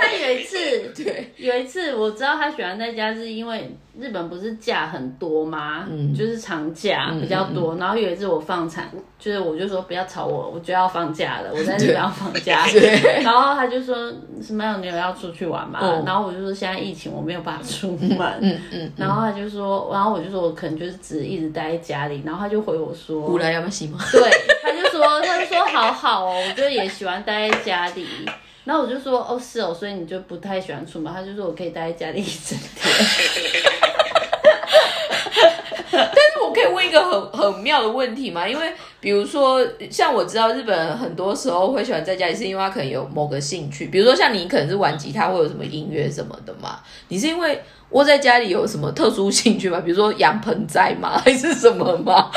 S2: 她有一次，
S1: 对，
S2: 有一次我知道她喜欢在家，是因为日本不是假很多吗？
S1: 嗯
S2: 就是长假比较多。然后有一次我放产，就是我就说不要吵我，我就要放假了， 我在日本要放假。
S1: 对
S2: 然后他就说什么你有要出去玩嘛？
S1: 嗯
S2: 然后我就说现在疫情我没有办法出门。
S1: 嗯嗯，
S2: 然后他就说，然后我就说我可能就是只一直待在家里，然后他就回我说，
S1: 古来要不要洗吗？
S2: 对，他就说他就说好好哦，我就也喜欢待在家里。然后我就说哦是哦，所以你就不太喜欢出门？他就说我可以待在家里一整天。
S1: 但是我我可以问一个很很妙的问题吗？因为比如说，像我知道日本人很多时候会喜欢在家里，是因为他可能有某个兴趣，比如说像你可能是玩吉他或有什么音乐什么的嘛。你是因为窝在家里有什么特殊兴趣吗？比如说养盆栽吗？还是什么吗？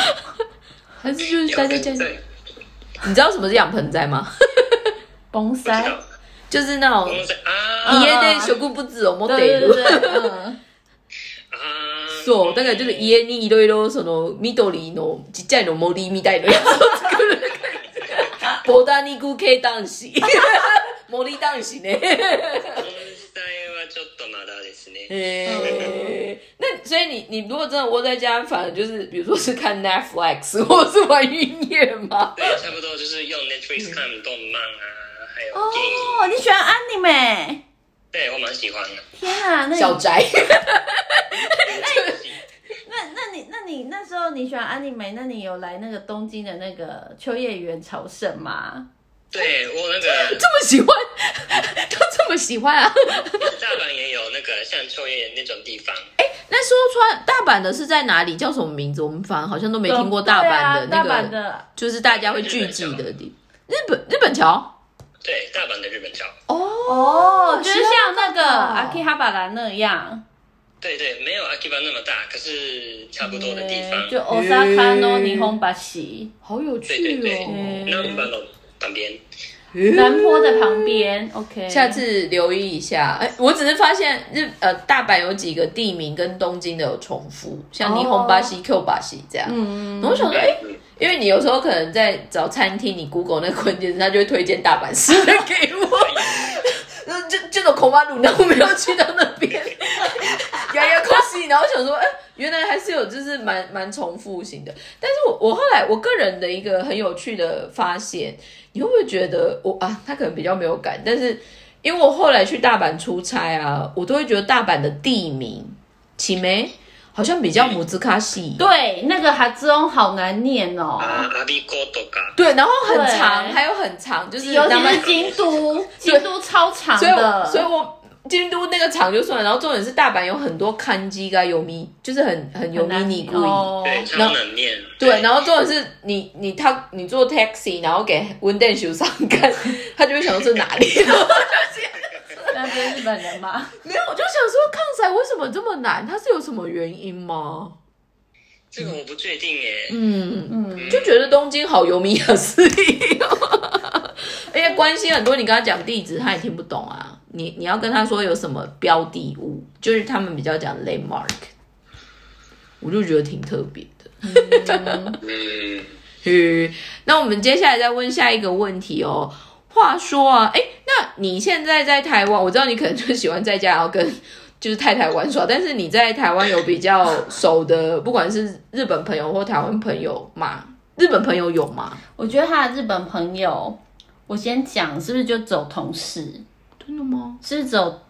S1: 还是就是待在家里？
S3: 对，
S1: 你知道什么是养盆栽吗？
S2: 盆
S3: 不知
S2: 栽，
S3: 道，
S1: 就是那种
S3: 我们在啊
S2: 嗯
S1: 家で植物を持ってい
S2: 对
S1: る
S2: 对。对对，嗯，
S3: 啊，
S1: そう、だからちょっと家にいろいろその緑のちっちゃいの森みたいなやつを作る感じ。ボタニク系男 子。森男子ね。
S3: 盆栽はちょっとまだですね。
S1: えー、那所以你你如果真的窝在家，反而就是比如说是看 Netflix 或是玩音乐吗？
S3: 对，差不多就是用 Netflix 看动漫啊，还有电影。
S2: 哦，你喜欢安妮美？
S3: 对我蛮喜欢的。
S2: 天啊，那你
S1: 小宅。
S2: 那那你那你那时候你喜欢安妮美，那你有来那个东京的那个秋叶原朝圣吗？
S3: 对我那个
S1: 这么喜欢， 都这么喜欢啊！
S3: 大阪也有那个像秋叶原那种地方，
S1: 那说穿大阪的是在哪里？叫什么名字？我们反而好像都没听过大阪的
S2: 对
S1: 那
S2: 啊大阪
S1: 个，
S2: 的
S1: 就是大家会聚集的地。日本日本桥
S3: 对，大阪的日本桥。
S1: 哦，
S2: 哦，就是像那
S1: 知道
S2: 个
S1: 了
S2: 阿基哈巴拉那样，
S3: 对对，没有阿基巴那么大，可是差不多的地
S2: 对
S3: 方。
S2: 就 Osaka no n i h o n b a s
S1: 好有
S3: 对对
S1: 趣
S3: 对
S1: 哦，
S3: 那我们的旁边。
S2: h 南坡的旁边。OK，
S1: 嗯下次留意一下。哎，我只是发现日呃大阪有几个地名跟东京的有重复，像
S2: 哦
S1: 霓虹巴西、Q 巴西这样。
S2: 嗯，
S1: 然后我想说，哎，
S3: 嗯，
S1: 因为你有时候可能在找餐厅，你 Google 那个关键字，它就会推荐大阪市的给我。那这这种恐怕鲁南我没有去到那边，呀呀可惜。然后我想说，哎、原来还是有就是蛮蛮重复型的。但是我我后来我个人的一个很有趣的发现，你会不会觉得我啊，他可能比较没有感，但是因为我后来去大阪出差啊，我都会觉得大阪的地名起梅好像比较母子卡西。
S2: 对，那个哈兹翁好难念哦，
S3: 啊，阿比哥多嘎。
S1: 对，然后很长，
S2: 对
S1: 还有很长，就是
S2: 尤
S1: 咱
S2: 其
S1: 们
S2: 是京都， 京都超长
S1: 所以我，
S2: 的，
S1: 所以我京都那个长就算了，然后重点是大阪有很多看机啊，有迷，就是很很有
S2: 很
S1: 迷
S2: 难
S1: 你故意。
S2: 哦
S3: 对，超冷面。
S1: 对，然后重点是你你他你坐 taxi，然后给温电修上看，他就会想说这哪里？
S2: 那不是日本人吗？
S1: 没有，我就想说抗赛为什么这么难？它是有什么原因吗？
S3: 这个我不确定耶。
S1: 嗯，
S2: 嗯，
S1: 就觉得东京好游民雅斯利、 而且关心很多，你跟他讲地址，他也听不懂啊。你你要跟他说有什么标的物，就是他们比较讲 landmark，我就觉得挺特别的。
S3: 嗯，
S1: 嘿，那我们接下来再问下一个问题哦。话说啊，哎，那你现在在台湾，我知道你可能就喜欢在家然后跟 就是太太玩耍，但是你在台湾有比较熟的，不管是日本朋友或台湾朋友嘛，日本朋友有吗？
S2: 我觉得他的日本朋友，我先讲是不是就走同事，
S1: 真的吗？
S2: 是走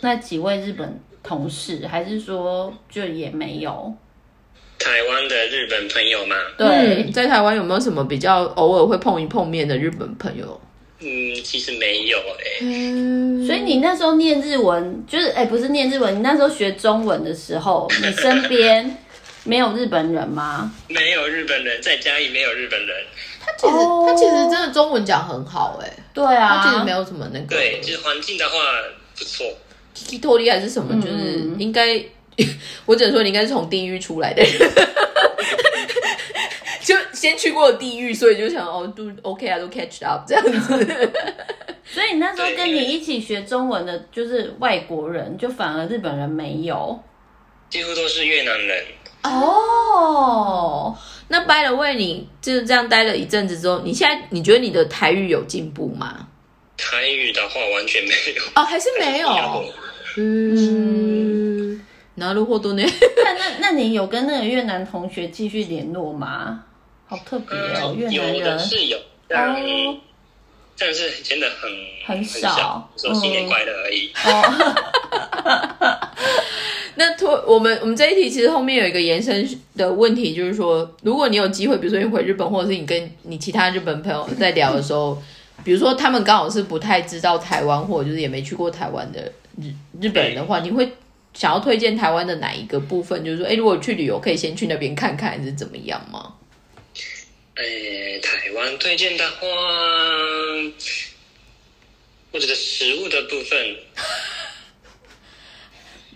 S2: 那几位日本同事，还是说就也没有？
S3: 台湾的日本朋友嘛，
S2: 对，
S1: 嗯在台湾有没有什么比较偶尔会碰一碰面的日本朋友？
S3: 嗯，其实没有欸诶。
S2: 所以你那时候念日文，就是哎、不是念日文，你那时候学中文的时候，你身边没有日本人吗？
S3: 没有日本人，在家里没有日本人。
S1: 他其实、
S2: 哦
S1: 他其实真的中文讲很好哎、
S2: 对
S1: 他其实
S2: 啊
S1: 没，有什么那个
S3: 对，就是环境的话不错。
S1: k i t o r i 还是什么，
S2: 嗯
S1: 就是应该， 我只能说你应该是从地狱出来的 人，就先去过地狱，所以就想哦，都 OK 啊，都 catch up 这样子。
S2: 所以你那时候跟你一起学中文的，就是外国人，就反而日本人没有。
S3: 几乎都是越南人。
S2: 哦，
S1: 那 by the way，你就是这样待了一阵子之后，你现在你觉得你的台语有进步吗？
S3: 台语的话完全没有。
S1: 哦，还是没有。嗯，なるほどね。
S2: 那那那你有跟那个越南同学继续联络吗？好特别哦，越
S3: 嗯，
S2: 南
S3: 有的
S2: 人
S3: 是有，但、
S2: 哦
S3: 但是真的很
S2: 很少嗯
S3: 少，说新年快乐而已。
S2: 哦，
S1: 那突我们我们这一题其实后面有一个延伸的问题，就是说，如果你有机会，比如说你回日本，或者是你跟你其他日本朋友在聊的时候，比如说他们刚好是不太知道台湾，或者就是也没去过台湾的日日本人的话，你会想要推荐台湾的哪一个部分？就是说，哎，如果去旅游，可以先去那边看看，还是怎么样吗？
S3: 诶，哎台湾推荐的话，我觉得食物的部 分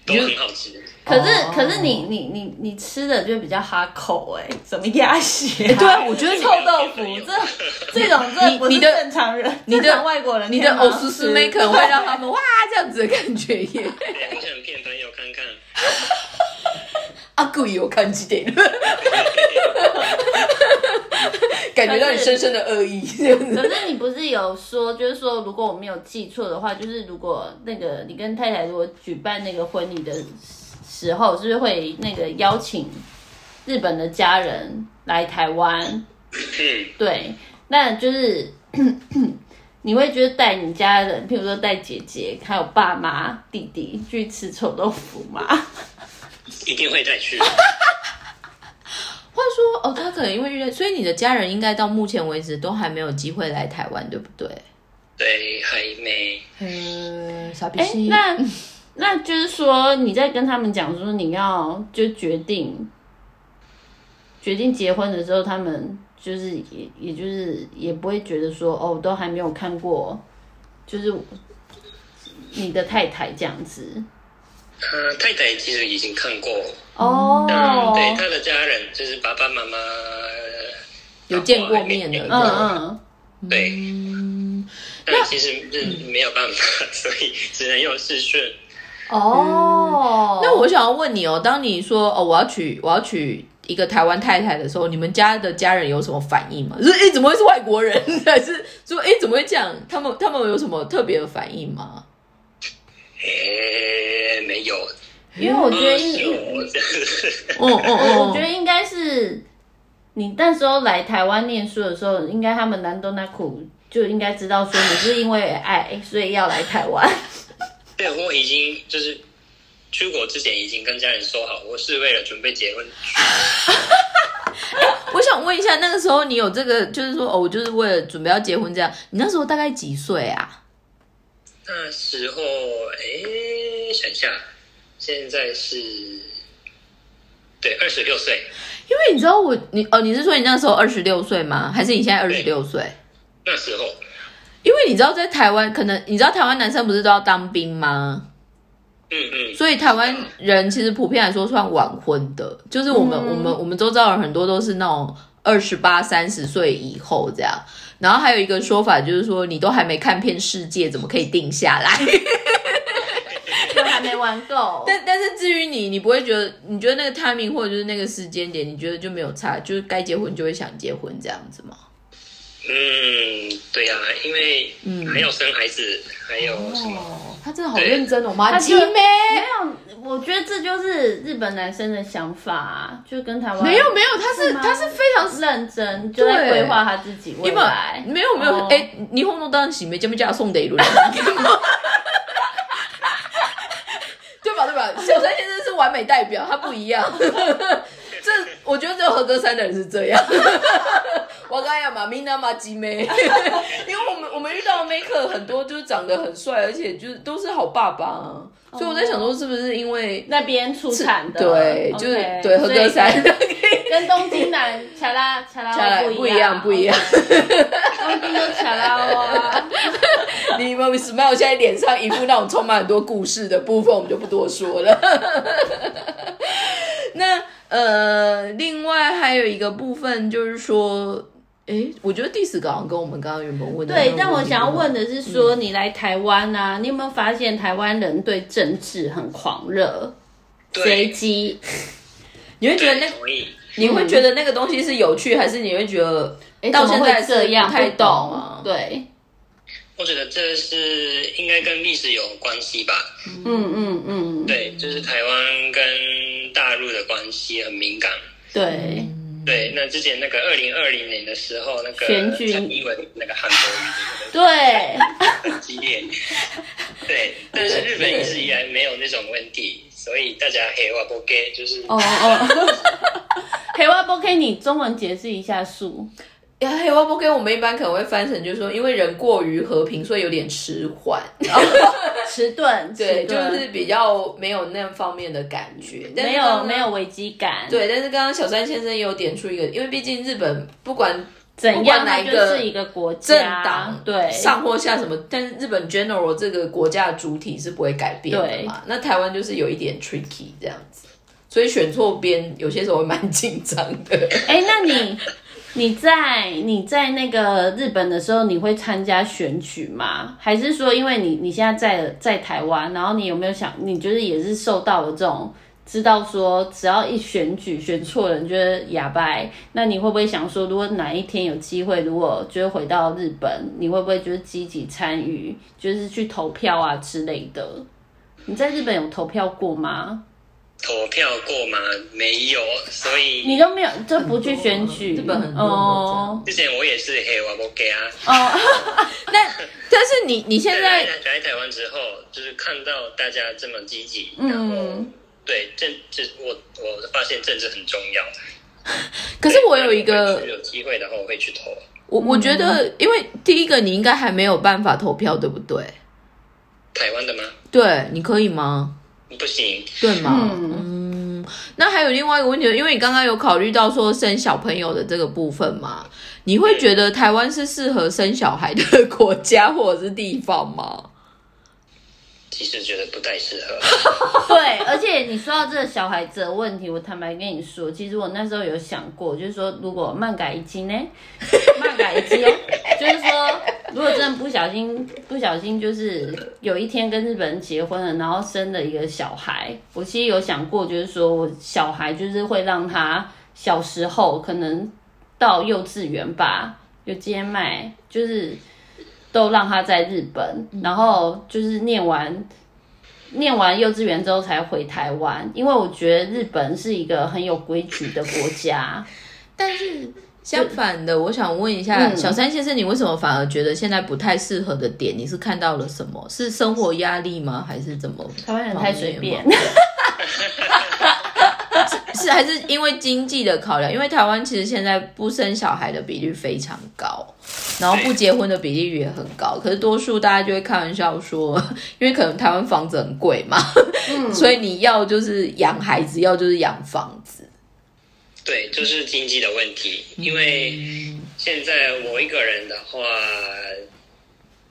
S3: 都很好吃。
S2: 可是
S1: 哦
S2: 可是你你你你吃的就比较哈口哎，怎么鸭 血
S1: 哎
S2: 啊？
S1: 对啊我觉得
S2: 臭豆腐这这种这不
S1: 你
S2: 是
S1: 你的
S2: 正常人，
S1: 你的
S2: 正常外国人
S1: 你
S2: 可
S1: 的
S2: 以吗
S1: 偶斯斯妹可能会让他们哇这样子的感觉耶。
S3: 诶我想骗朋友看看，
S1: 阿古有看几点？感觉到你深深的恶意，这样子
S2: 可是你不是有说，就是说，如果我没有记错的话，就是如果那个你跟太太如果举办那个婚礼的时候，是不是会那个邀请日本的家人来台湾？
S3: 嗯，
S2: 对，那就是 你会就是带你家人，譬如说带姐姐，还有爸妈、弟弟去吃臭豆腐 吗？
S3: 一定会再去。
S1: 话说哦，他可能因为遇到，所以你的家人应该到目前为止都还没有机会来台湾，对不对？
S3: 对，还没。
S1: 嗯，傻逼
S2: 哎、那那就是说你在跟他们讲说你要就决定决定结婚的时候，他们就是也也就是也不会觉得说哦，都还没有看过，就是你的太太这样子
S3: 呃，太太其实已经看过，
S2: 哦。
S3: 嗯，对，她的家人就是爸爸妈妈
S1: 有见过面的
S3: 然后
S2: 嗯
S3: 还没
S2: 嗯，
S3: 对，
S1: 嗯，
S3: 但其实是没有办法， 所以只能用视讯。
S2: 哦，
S1: 那我想要问你哦，当你说哦我要娶我要娶一个台湾太太的时候，你们家的家人有什么反应吗？就是哎怎么会是外国人？ 还是说哎怎么会这样？他们他们有什么特别的反应吗？
S3: 诶，呃没有，
S2: 因为我觉得
S3: 是
S2: 应
S3: 我这样子。
S1: 嗯嗯
S2: 我我觉得应该是你那时候来台湾念书的时候，应该他们南东那苦就应该知道说你是因为爱，所以要来台湾。
S3: 对，我已经就是出国之前已经跟家人说好，我是为了准备结婚。
S1: 我想问一下，那个时候你有这个，就是说哦，我就是为了准备要结婚这样，你那时候大概几岁啊？
S3: 那时候，诶，想一下，现在是，对，二十六岁，
S1: 因为你知道我你哦，你是说你那时候二十六岁吗？还是你现在二十六岁？
S3: 那时候，
S1: 因为你知道在台湾，可能你知道台湾男生不是都要当兵吗？
S3: 嗯嗯，
S1: 所以台湾人其实普遍来说算晚婚的，就是我们、
S2: 嗯
S1: 我们我们周遭人很多都是那种二十八、三十岁以后这样。然后还有一个说法就是说，你都还没看遍世界，怎么可以定下来？
S2: 就还没玩够。
S1: 但但是至于你，你不会觉得，你觉得那个 timing 或者就是那个时间点，你觉得就没有差，就是该结婚就会想结婚这样子吗？
S3: 嗯，对呀、因为
S1: 嗯
S3: 还要生孩子，还有什么？
S1: 哦，他真的好认真哦，妈
S2: 他
S1: 鸡
S2: 就
S1: 咩？
S2: 没有，我觉得这就是日本男生的想法、啊就跟台湾
S1: 没有没有，他是
S2: 是吗
S1: 他是非常
S2: 认真，就在规划他自己未
S1: 因为
S2: 来。
S1: 没有没有
S2: 哦，
S1: 哎、霓虹龙当然喜没见不见送的一轮， 对吧对吧？小三先生是完美代表，他不一 样。这我觉得只有合格山的人是这样。 我刚呀嘛，咪娜嘛吉 妹，因为我们我们遇到的 maker 很多就是长得很帅，而且就是都是好爸爸、啊，所以我在想说是不是因为
S2: 那边出产
S1: 哦
S2: 的，
S1: 对，就是对合格
S2: 歌
S1: 山。
S2: 跟东京南卡拉卡
S1: 恰拉
S2: 拉
S1: 不一样不一样
S2: 东京的卡拉哦哇。
S1: 你们 smile 现在脸上一副那种充满很多故事的部分，我们就不多说了。 那呃，另外还有一个部分就是说，诶，我觉得第四个好像跟我们刚刚原本问的那个
S2: 对，
S1: 问题
S2: 但我想要
S1: 不太
S2: 问的是说，你来台湾啊，你有没有发现台湾人对政治很狂热？随
S3: 对，
S2: 机，
S1: 你会觉得
S3: 对，
S1: 那
S2: 嗯
S3: 同意。
S1: 你会觉得那个东西是有趣，还是你会觉得
S2: 诶
S1: 到
S2: 怎
S1: 现
S2: 么
S1: 在
S2: 会
S1: 是
S2: 这样？
S1: 不太
S2: 不
S1: 懂啊
S2: 懂，对，
S3: 我觉得这是应该跟历史有关系吧？
S2: 嗯嗯嗯，
S3: 对，就是台湾跟大陆的关系很敏感。
S2: 对，
S3: 对，那之前那个二零二零年的时候，那个
S2: 选举
S3: 蔡英文那个韩国
S2: 对，
S3: 瑜很激 烈，对，但是日本一直以来没有那种问题，所以大家黑话不给，
S1: 哦
S3: 就是
S2: 哦哦。黑蛙 OK，你中文解释一下数
S1: 诶呀，黑蛙哎波跟我们一般可能会翻成就是说，因为人过于和平，所以有点迟缓，
S2: 迟钝，
S1: 对，
S2: 迟
S1: 就
S2: 钝
S1: 是比较没有那方面的感觉，但是
S2: 没
S1: 刚
S2: 有
S1: 刚
S2: 没有危机感，，
S1: 对，但是刚刚小三先生也有点出一个，因为毕竟日本不管
S2: 怎
S1: 不管
S2: 样
S1: 哪
S2: 它
S1: 一
S2: 就
S1: 个
S2: 是一个国
S1: 政
S2: 家，
S1: 党
S2: 对，
S1: 上或下什么，但是日本 general 这个国家的主体是不会改变的嘛。那台湾就是有一点 tricky 这样子，所以选错边有些时候会蛮紧张的。
S2: 哎、那你你在你在那个日本的时候，你会参加选举吗？还是说，因为你你现在在在台湾，然后你有没有想，你就是也是受到了这种知道说，只要一选举选错了，你觉得哑巴？那你会不会想说，如果哪一天有机会，如果就是回到日本，你会不会就是积极参与，就是去投票啊之类的？你在日本有投票过吗？
S3: 投票过吗？没有，所以
S2: 你都没有，就不去选举。
S1: 日本很多
S2: 哦
S3: 之前我也是黑娃我给啊。
S2: 哦，
S1: 那但是你你现在
S3: 来来台湾之后，就是看到大家这么积极，
S2: 嗯
S3: 然后对政治，我我发现政治很重要。
S1: 可是我有一
S3: 对
S1: 个
S3: 如果有机会的话，我会去投。
S1: 我我觉得，因为第一个你应该还没有办法投票，对不对？
S3: 台湾的吗？
S1: 对，你可以吗？
S3: 不行，
S1: 对吗？
S2: 嗯
S1: 嗯那还有另外一个问题，因为你刚刚有考虑到说生小朋友的这个部分嘛，你会觉得台湾是适合生小孩的国家或者是地方吗？
S3: 其实觉得不太适合。
S2: 对，而且你说到这个小孩子的问题，我坦白跟你说，其实我那时候有想过，就是说如果漫改一期呢，漫改一期哦，就是说如果真的不小心不小心就是有一天跟日本人结婚了，然后生了一个小孩，我其实有想过，就是说我小孩就是会让他小时候可能到幼稚园吧，有接麦，就是都让他在日本，然后就是念完念完幼稚园之后才回台湾，因为我觉得日本是一个很有规矩的国 家。
S1: 但是相反的，我想问一下、
S2: 嗯
S1: 小三先生，你为什么反而觉得现在不太适合的点？你是看到了什么？是生活压力吗？还是怎么？
S2: 台湾人太随便，
S1: 是还是因为经济的考量，因为台湾其实现在不生小孩的比率非常高，然后不结婚的比例也很高。可是多数大家就会开玩笑说，因为可能台湾房子很贵嘛，
S3: 嗯
S1: 所以你要就是养孩子，要就是养房子。
S3: 对，就是经济的问题，因为现在我一个人的话，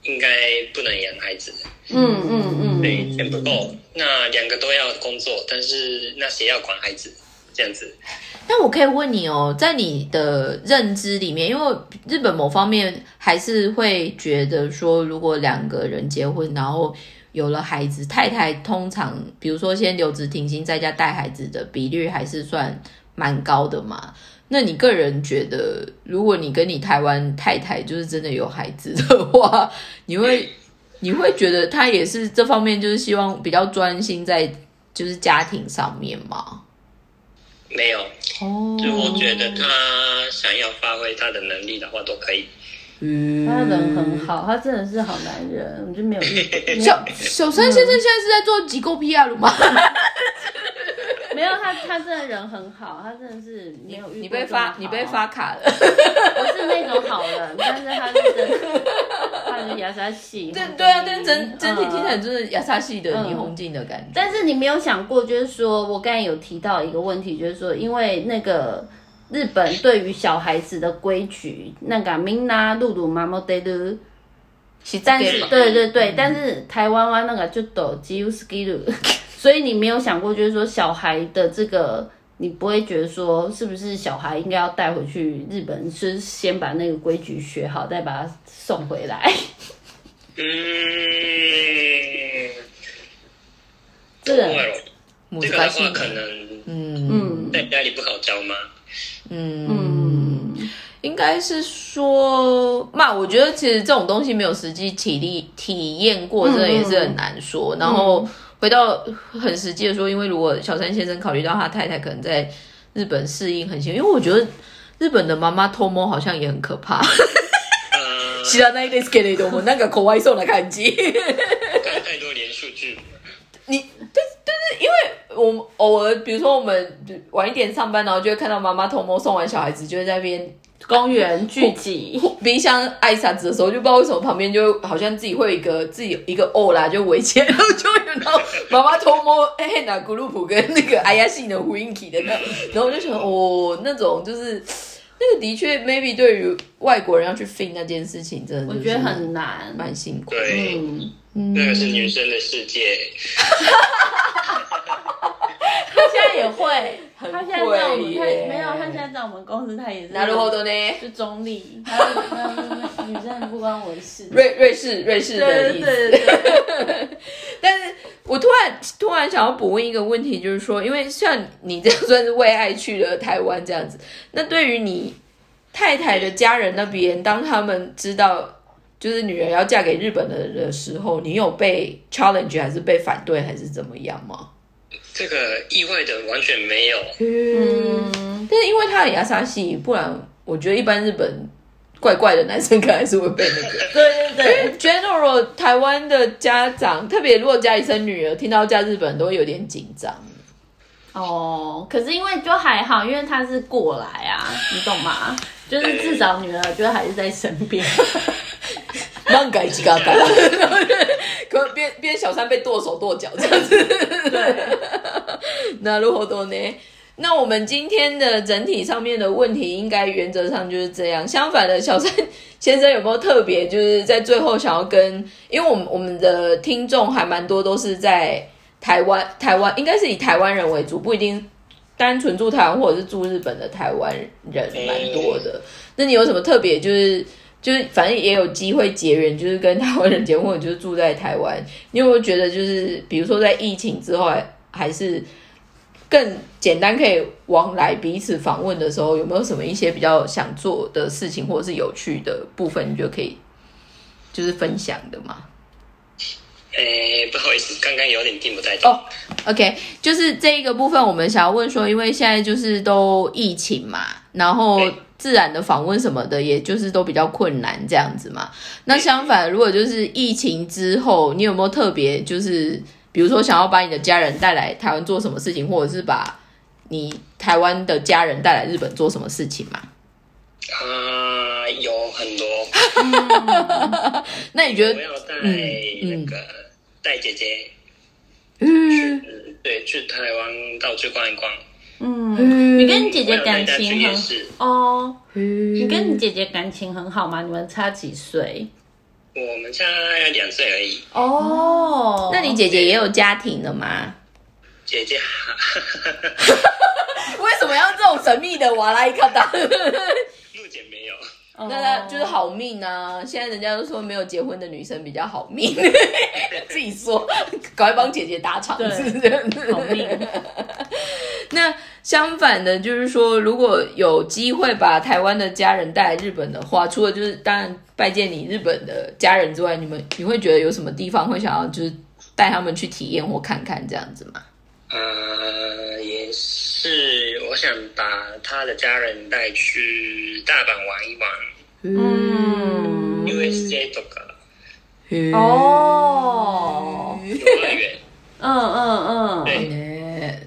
S3: 应该不能养孩子，
S2: 嗯嗯嗯，
S3: 对，钱不够。那两个都要工作，但是那谁要管孩子？这样子，
S1: 那我可以问你哦，在你的认知里面，因为日本某方面还是会觉得说，如果两个人结婚，然后有了孩子，太太通常比如说先留职停薪，在家带孩子的比率还是算蛮高的嘛。那你个人觉得，如果你跟你台湾太太就是真的有孩子的话，你会 你会觉得她也是这方面就是希望比较专心在就是家庭上面吗？
S3: 没有，
S1: 哦
S3: 就我觉得他想要发挥他的能力的话，都可以。
S1: 嗯，
S2: 他人很。好，他真的是好男人，我就没有遇过。没有
S1: 小小三先生现在是在做机构 PR 吗？
S2: 没有他，他真的人很好，他真的是没有遇 过。
S1: 你被发，你被发，卡了。
S2: 我是那种好人，但是他是真的，他是牙刷细。
S1: 对对啊，但整整体听起来
S2: 嗯
S1: 就是亚萨系的
S2: 嗯
S1: 霓虹镜的感觉。
S2: 但是你没有想过，就是说我刚才有提到一个问题，就是说因为那个日本对于小孩子的规矩，那个 mina 露露妈妈得噜，
S1: 是
S2: 但
S1: 给
S2: 是
S1: 吧
S2: 对对对，但是台湾湾那个就抖基 u s k i 所以你没有想过，就是说小孩的这个。你不会觉得说，是不是小孩应该要带回去日本，就是先把那个规矩学好，再把它送回来？
S3: 嗯，
S2: 这
S3: 不
S2: 个
S3: 会，了
S1: 母
S3: 这
S1: 子
S3: 个
S1: 关
S3: 的
S1: 系
S3: 话，可能
S1: 嗯
S2: 嗯
S3: 在家里不好教吗？
S1: 嗯
S2: 嗯，
S1: 应该是说，嘛，我觉得其实这种东西没有实际体力体验过，真的也是很难说。然后回到很实际的说，因为如果小三先生考虑到他太太可能在日本适应很辛苦，因为我觉得日本的妈妈偷摸好像也很可怕。
S3: 呃，
S1: 知らないですけれども、なんかかわいそうな感じ。
S3: 看太多连续剧，
S1: 我们 偶尔，比如说我们晚一点上班，然后就会看到妈妈偷摸送完小孩子，就会在那边
S2: 公园聚集，
S1: 冰箱挨沙子的时候，就不知道为什么旁边就好像自己会有一个自己一个哦啦，就围起来，然后就有然后妈妈偷摸哎那古鲁普跟那个哎呀信的胡音奇的那，然后我就想哦，那种就是 那个的确 maybe 对于外国人要去 fin 那件事情，真的
S2: 我
S1: 就是哎
S2: 觉得很难。
S1: 蛮辛苦。
S3: 对，
S2: 嗯，
S1: 嗯
S3: 那个是女生的世界，
S2: 他现在也会，
S1: 很
S2: 他现在在我
S1: 会
S2: 们，
S1: 耶
S2: 他没有，他现在在我们公司，他也是，
S1: なるほどね。
S2: 就中立， 他他女生不关我的 事。
S1: 瑞瑞士瑞士的意思。
S2: 对对，
S1: 但是我突然突然想要补问一个问题，就是说，因为像你这样算是为爱去了台湾这样子，那对于你太太的家人那边，当他们知道就是女人要嫁给日本人的时候，你有被 challenge 还是被反对还是怎么样吗？
S3: 这个意外的完全没有。
S1: 嗯，
S2: 嗯，
S1: 但是因为他很亚沙系，不然我觉得一般日本怪怪的男生可能还是会被那个。
S2: 对对对，
S1: General 台湾的家长，特别如果家里生女儿，听到嫁日本人都会有点紧张。
S2: 哦，可是因为就还好，因为他是过来啊，你懂吗？就是至少女儿就还是在身边，
S1: 漫改几嘎嘎， 可边边小三被剁手剁脚这样子。
S2: 对，
S1: 那如何多呢？那我们今天的整体上面的问题，应该原则上就是这样。相反的，小三先生有没有特别，就是在最后想要跟，因为我们我们的听众还蛮多都是在台湾，台湾应该是以台湾人为主，不一定单纯住台湾或者是住日本的台湾人蛮多的。那你有什么特别，就是就是反正也有机会结缘，就是跟台湾人结婚，或者就是住在台湾，你有没有觉得就是，比如说在疫情之后还，还是更简单可以往来彼此访问的时候，有没有什么一些比较想做的事情，或者是有趣的部分，你就可以就是分享的嘛？
S3: 诶，不好意思，刚刚有点听不太懂。
S1: 哦 OK，就是这一个部分，我们想要问说，因为现在就是都疫情嘛，然后
S3: 对
S1: 自然的访问什么的，也就是都比较困难这样子嘛。那相反，如果就是疫情之后，你有没有特别就是，比如说想要把你的家人带来台湾做什么事情，或者是把你台湾的家人带来日本做什么事情嘛？
S3: 啊，有很多。
S1: 那你觉
S3: 我
S1: 得，
S3: 要带
S1: 嗯
S3: 那个带姐姐
S1: 嗯
S3: 去，呃对，去台湾到处逛一逛。
S2: 嗯，你
S1: 嗯
S2: 跟你姐姐感情
S3: 我有带她去夜
S2: 很
S3: 市
S2: 哦，
S1: 你
S2: 你跟你姐姐感情很好吗？你们差几岁？
S3: 我们家两岁而已，
S1: 哦，
S2: 哦，
S1: 那你姐姐也有家庭了吗？
S3: 姐 姐哈哈哈
S1: 为什么要这种神秘的瓦拉伊卡达？
S3: 陆姐没有，
S2: 哦
S1: 那他就是好命啊！现在人家都说没有结婚的女生比较好 命，自己说，赶快帮姐姐打场
S2: 对
S1: 是不是？
S2: 好 命，
S1: 那相反的，就是说，如果有机会把台湾的家人带来日本的话，除了就是当然拜见你日本的家人之外，你们你会觉得有什么地方会想要就是带他们去体验或看看这样子吗？
S3: 呃，也是，我想把她的家人带去大阪玩一玩
S2: 嗯
S3: ，USJ とか
S1: 嗯
S2: 哦
S3: 游乐园，
S2: 嗯嗯嗯，
S3: 对
S1: 欸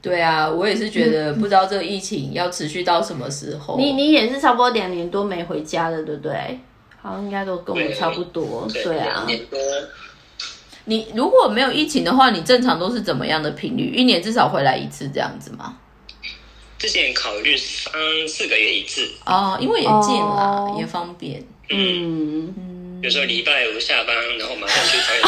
S1: 对啊，我也是觉得不知道这个疫情要持续到什么时候。
S2: 嗯你你也是差不多两年多没回家了，对不对？好像应该都跟我
S3: 对
S2: 差不多，对
S3: 对
S2: 啊
S3: 两，年多，
S1: 你如果没有疫情的话，你正常都是怎么样的频率？一年至少回来一次这样子吗？
S3: 之前考虑三四个月一次，
S1: 哦，因为也近啦，
S2: 哦
S1: 也方便。
S2: 嗯，
S3: 有时候礼拜五下班，然后马上去朝鲜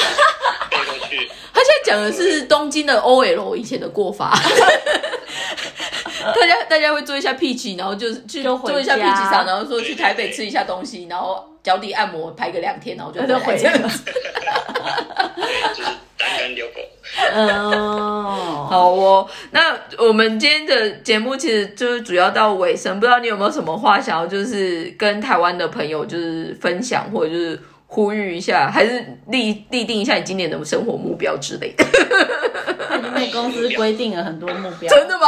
S3: 飞过去，
S1: 他现在讲的是东京的 OL 以前的过法， 大家大家会做一下 peach，然后就是去
S2: 就回
S1: 做一下
S2: 家
S1: peach 场，然后说去台北吃一下东西，然后脚底按摩拍个两天，然后就
S2: 就
S1: 回
S2: 回
S1: 来。
S3: 对，就是单干遛狗。
S2: 哦，
S1: 好哦，那我们今天的节目其实就是主要到尾声，不知道你有没有什么话想要就是跟台湾的朋友就是分享，或者就是呼吁一下，还是立立定一下你今年的生活目标之类的？
S2: 他已经被公司规定了很多目标，
S1: 真 的吗？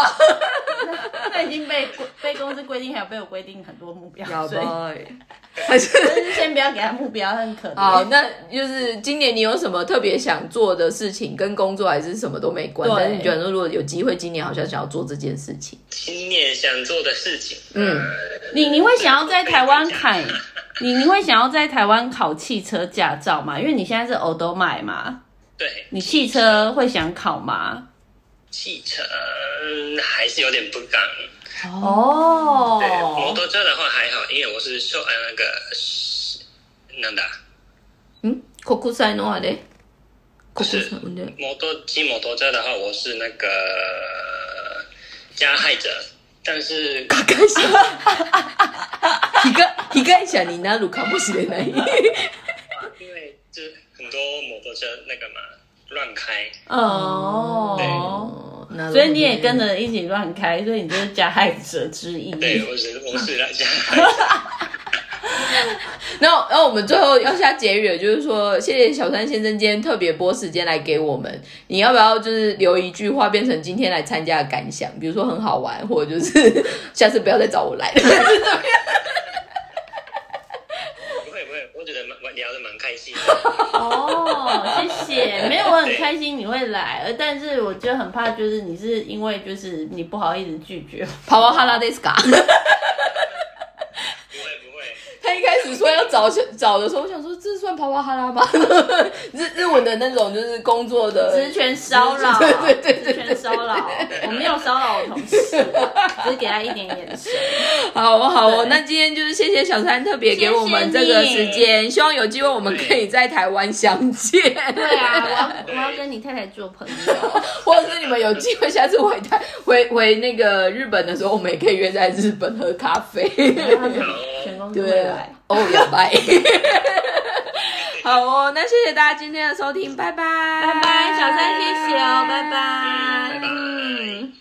S2: 他已经被被公司规定，还有被我规定很多目标，
S1: 要不
S2: 所以
S1: 还是
S2: 但是先不要给他目标，他很可
S1: 好，
S2: 怜。
S1: 那就是今年你有什么特别想做的事情，跟工作还是什么都没关，
S2: 对
S1: 但是你觉得如果有机会，今年好像想要做这件事情，
S3: 今年想做的事情，
S1: 嗯
S3: 呃，
S2: 你你会想要在台湾砍，你你会想要在台湾考汽车驾照吗？因为你现在是欧都买嘛，
S3: 对，
S2: 你汽车会想考吗？
S3: 汽车嗯还是有点不敢。
S2: 哦
S1: 哦
S3: 对，摩托车的话还好，因为我是受呃那个是啊なんだ
S1: 嗯，国際のあれ。国
S3: 是
S1: 際の
S3: 摩托骑摩托车的话，我是那个加害者，但是
S1: 被害者。被害被害者になるかもしれない。
S3: 因为就是很多摩托车那个嘛乱开，
S2: 哦，
S1: 哦，なるほどね
S2: 所以你也跟。着一起乱开，所以你就是加害者之一。
S3: 对我是我是来加害者，
S1: 那那我们最后要下结语了，就是说，谢谢小三先生今天特别拨时间来给我们。你要不要就是留一句话，变成今天来参加的感想？比如说很好玩，或者就是下次不要再找我 来了。
S3: 不会不会，我觉得蛮聊的蛮开心的，
S2: 哦，谢谢。没有，我很开心你会来，呃，但是我就很怕，就是你是因为就是你不好意思拒绝。
S1: 跑跑哈拉 d 斯卡。
S3: 不会不会，
S1: 他一开始说要找找的时候，我想说这算跑跑哈拉 吗？日日文的那种就是工作的
S2: 职权骚扰，啊
S1: 对对对对
S2: 职权骚扰，我没有骚扰我同事，只是给他一点眼神。
S1: 好哦，好哦
S2: 对，
S1: 那今天就是谢谢小三特别给我们这个时间，希望有机会我们可以在台湾相见，
S2: 对啊，我要我要跟你太太做朋 友。
S1: 或者是你们有机会下次回台回回那个日本的时候，我们也可以约在日本喝咖啡。
S2: 他们全公司会
S1: 对
S2: 来。，
S1: 哦，有拜。好哦，那谢谢大家今天的收听，拜拜，
S2: 拜
S1: 拜
S2: 拜，小三谢谢哦，拜
S3: 拜拜
S2: 拜。
S3: 嗯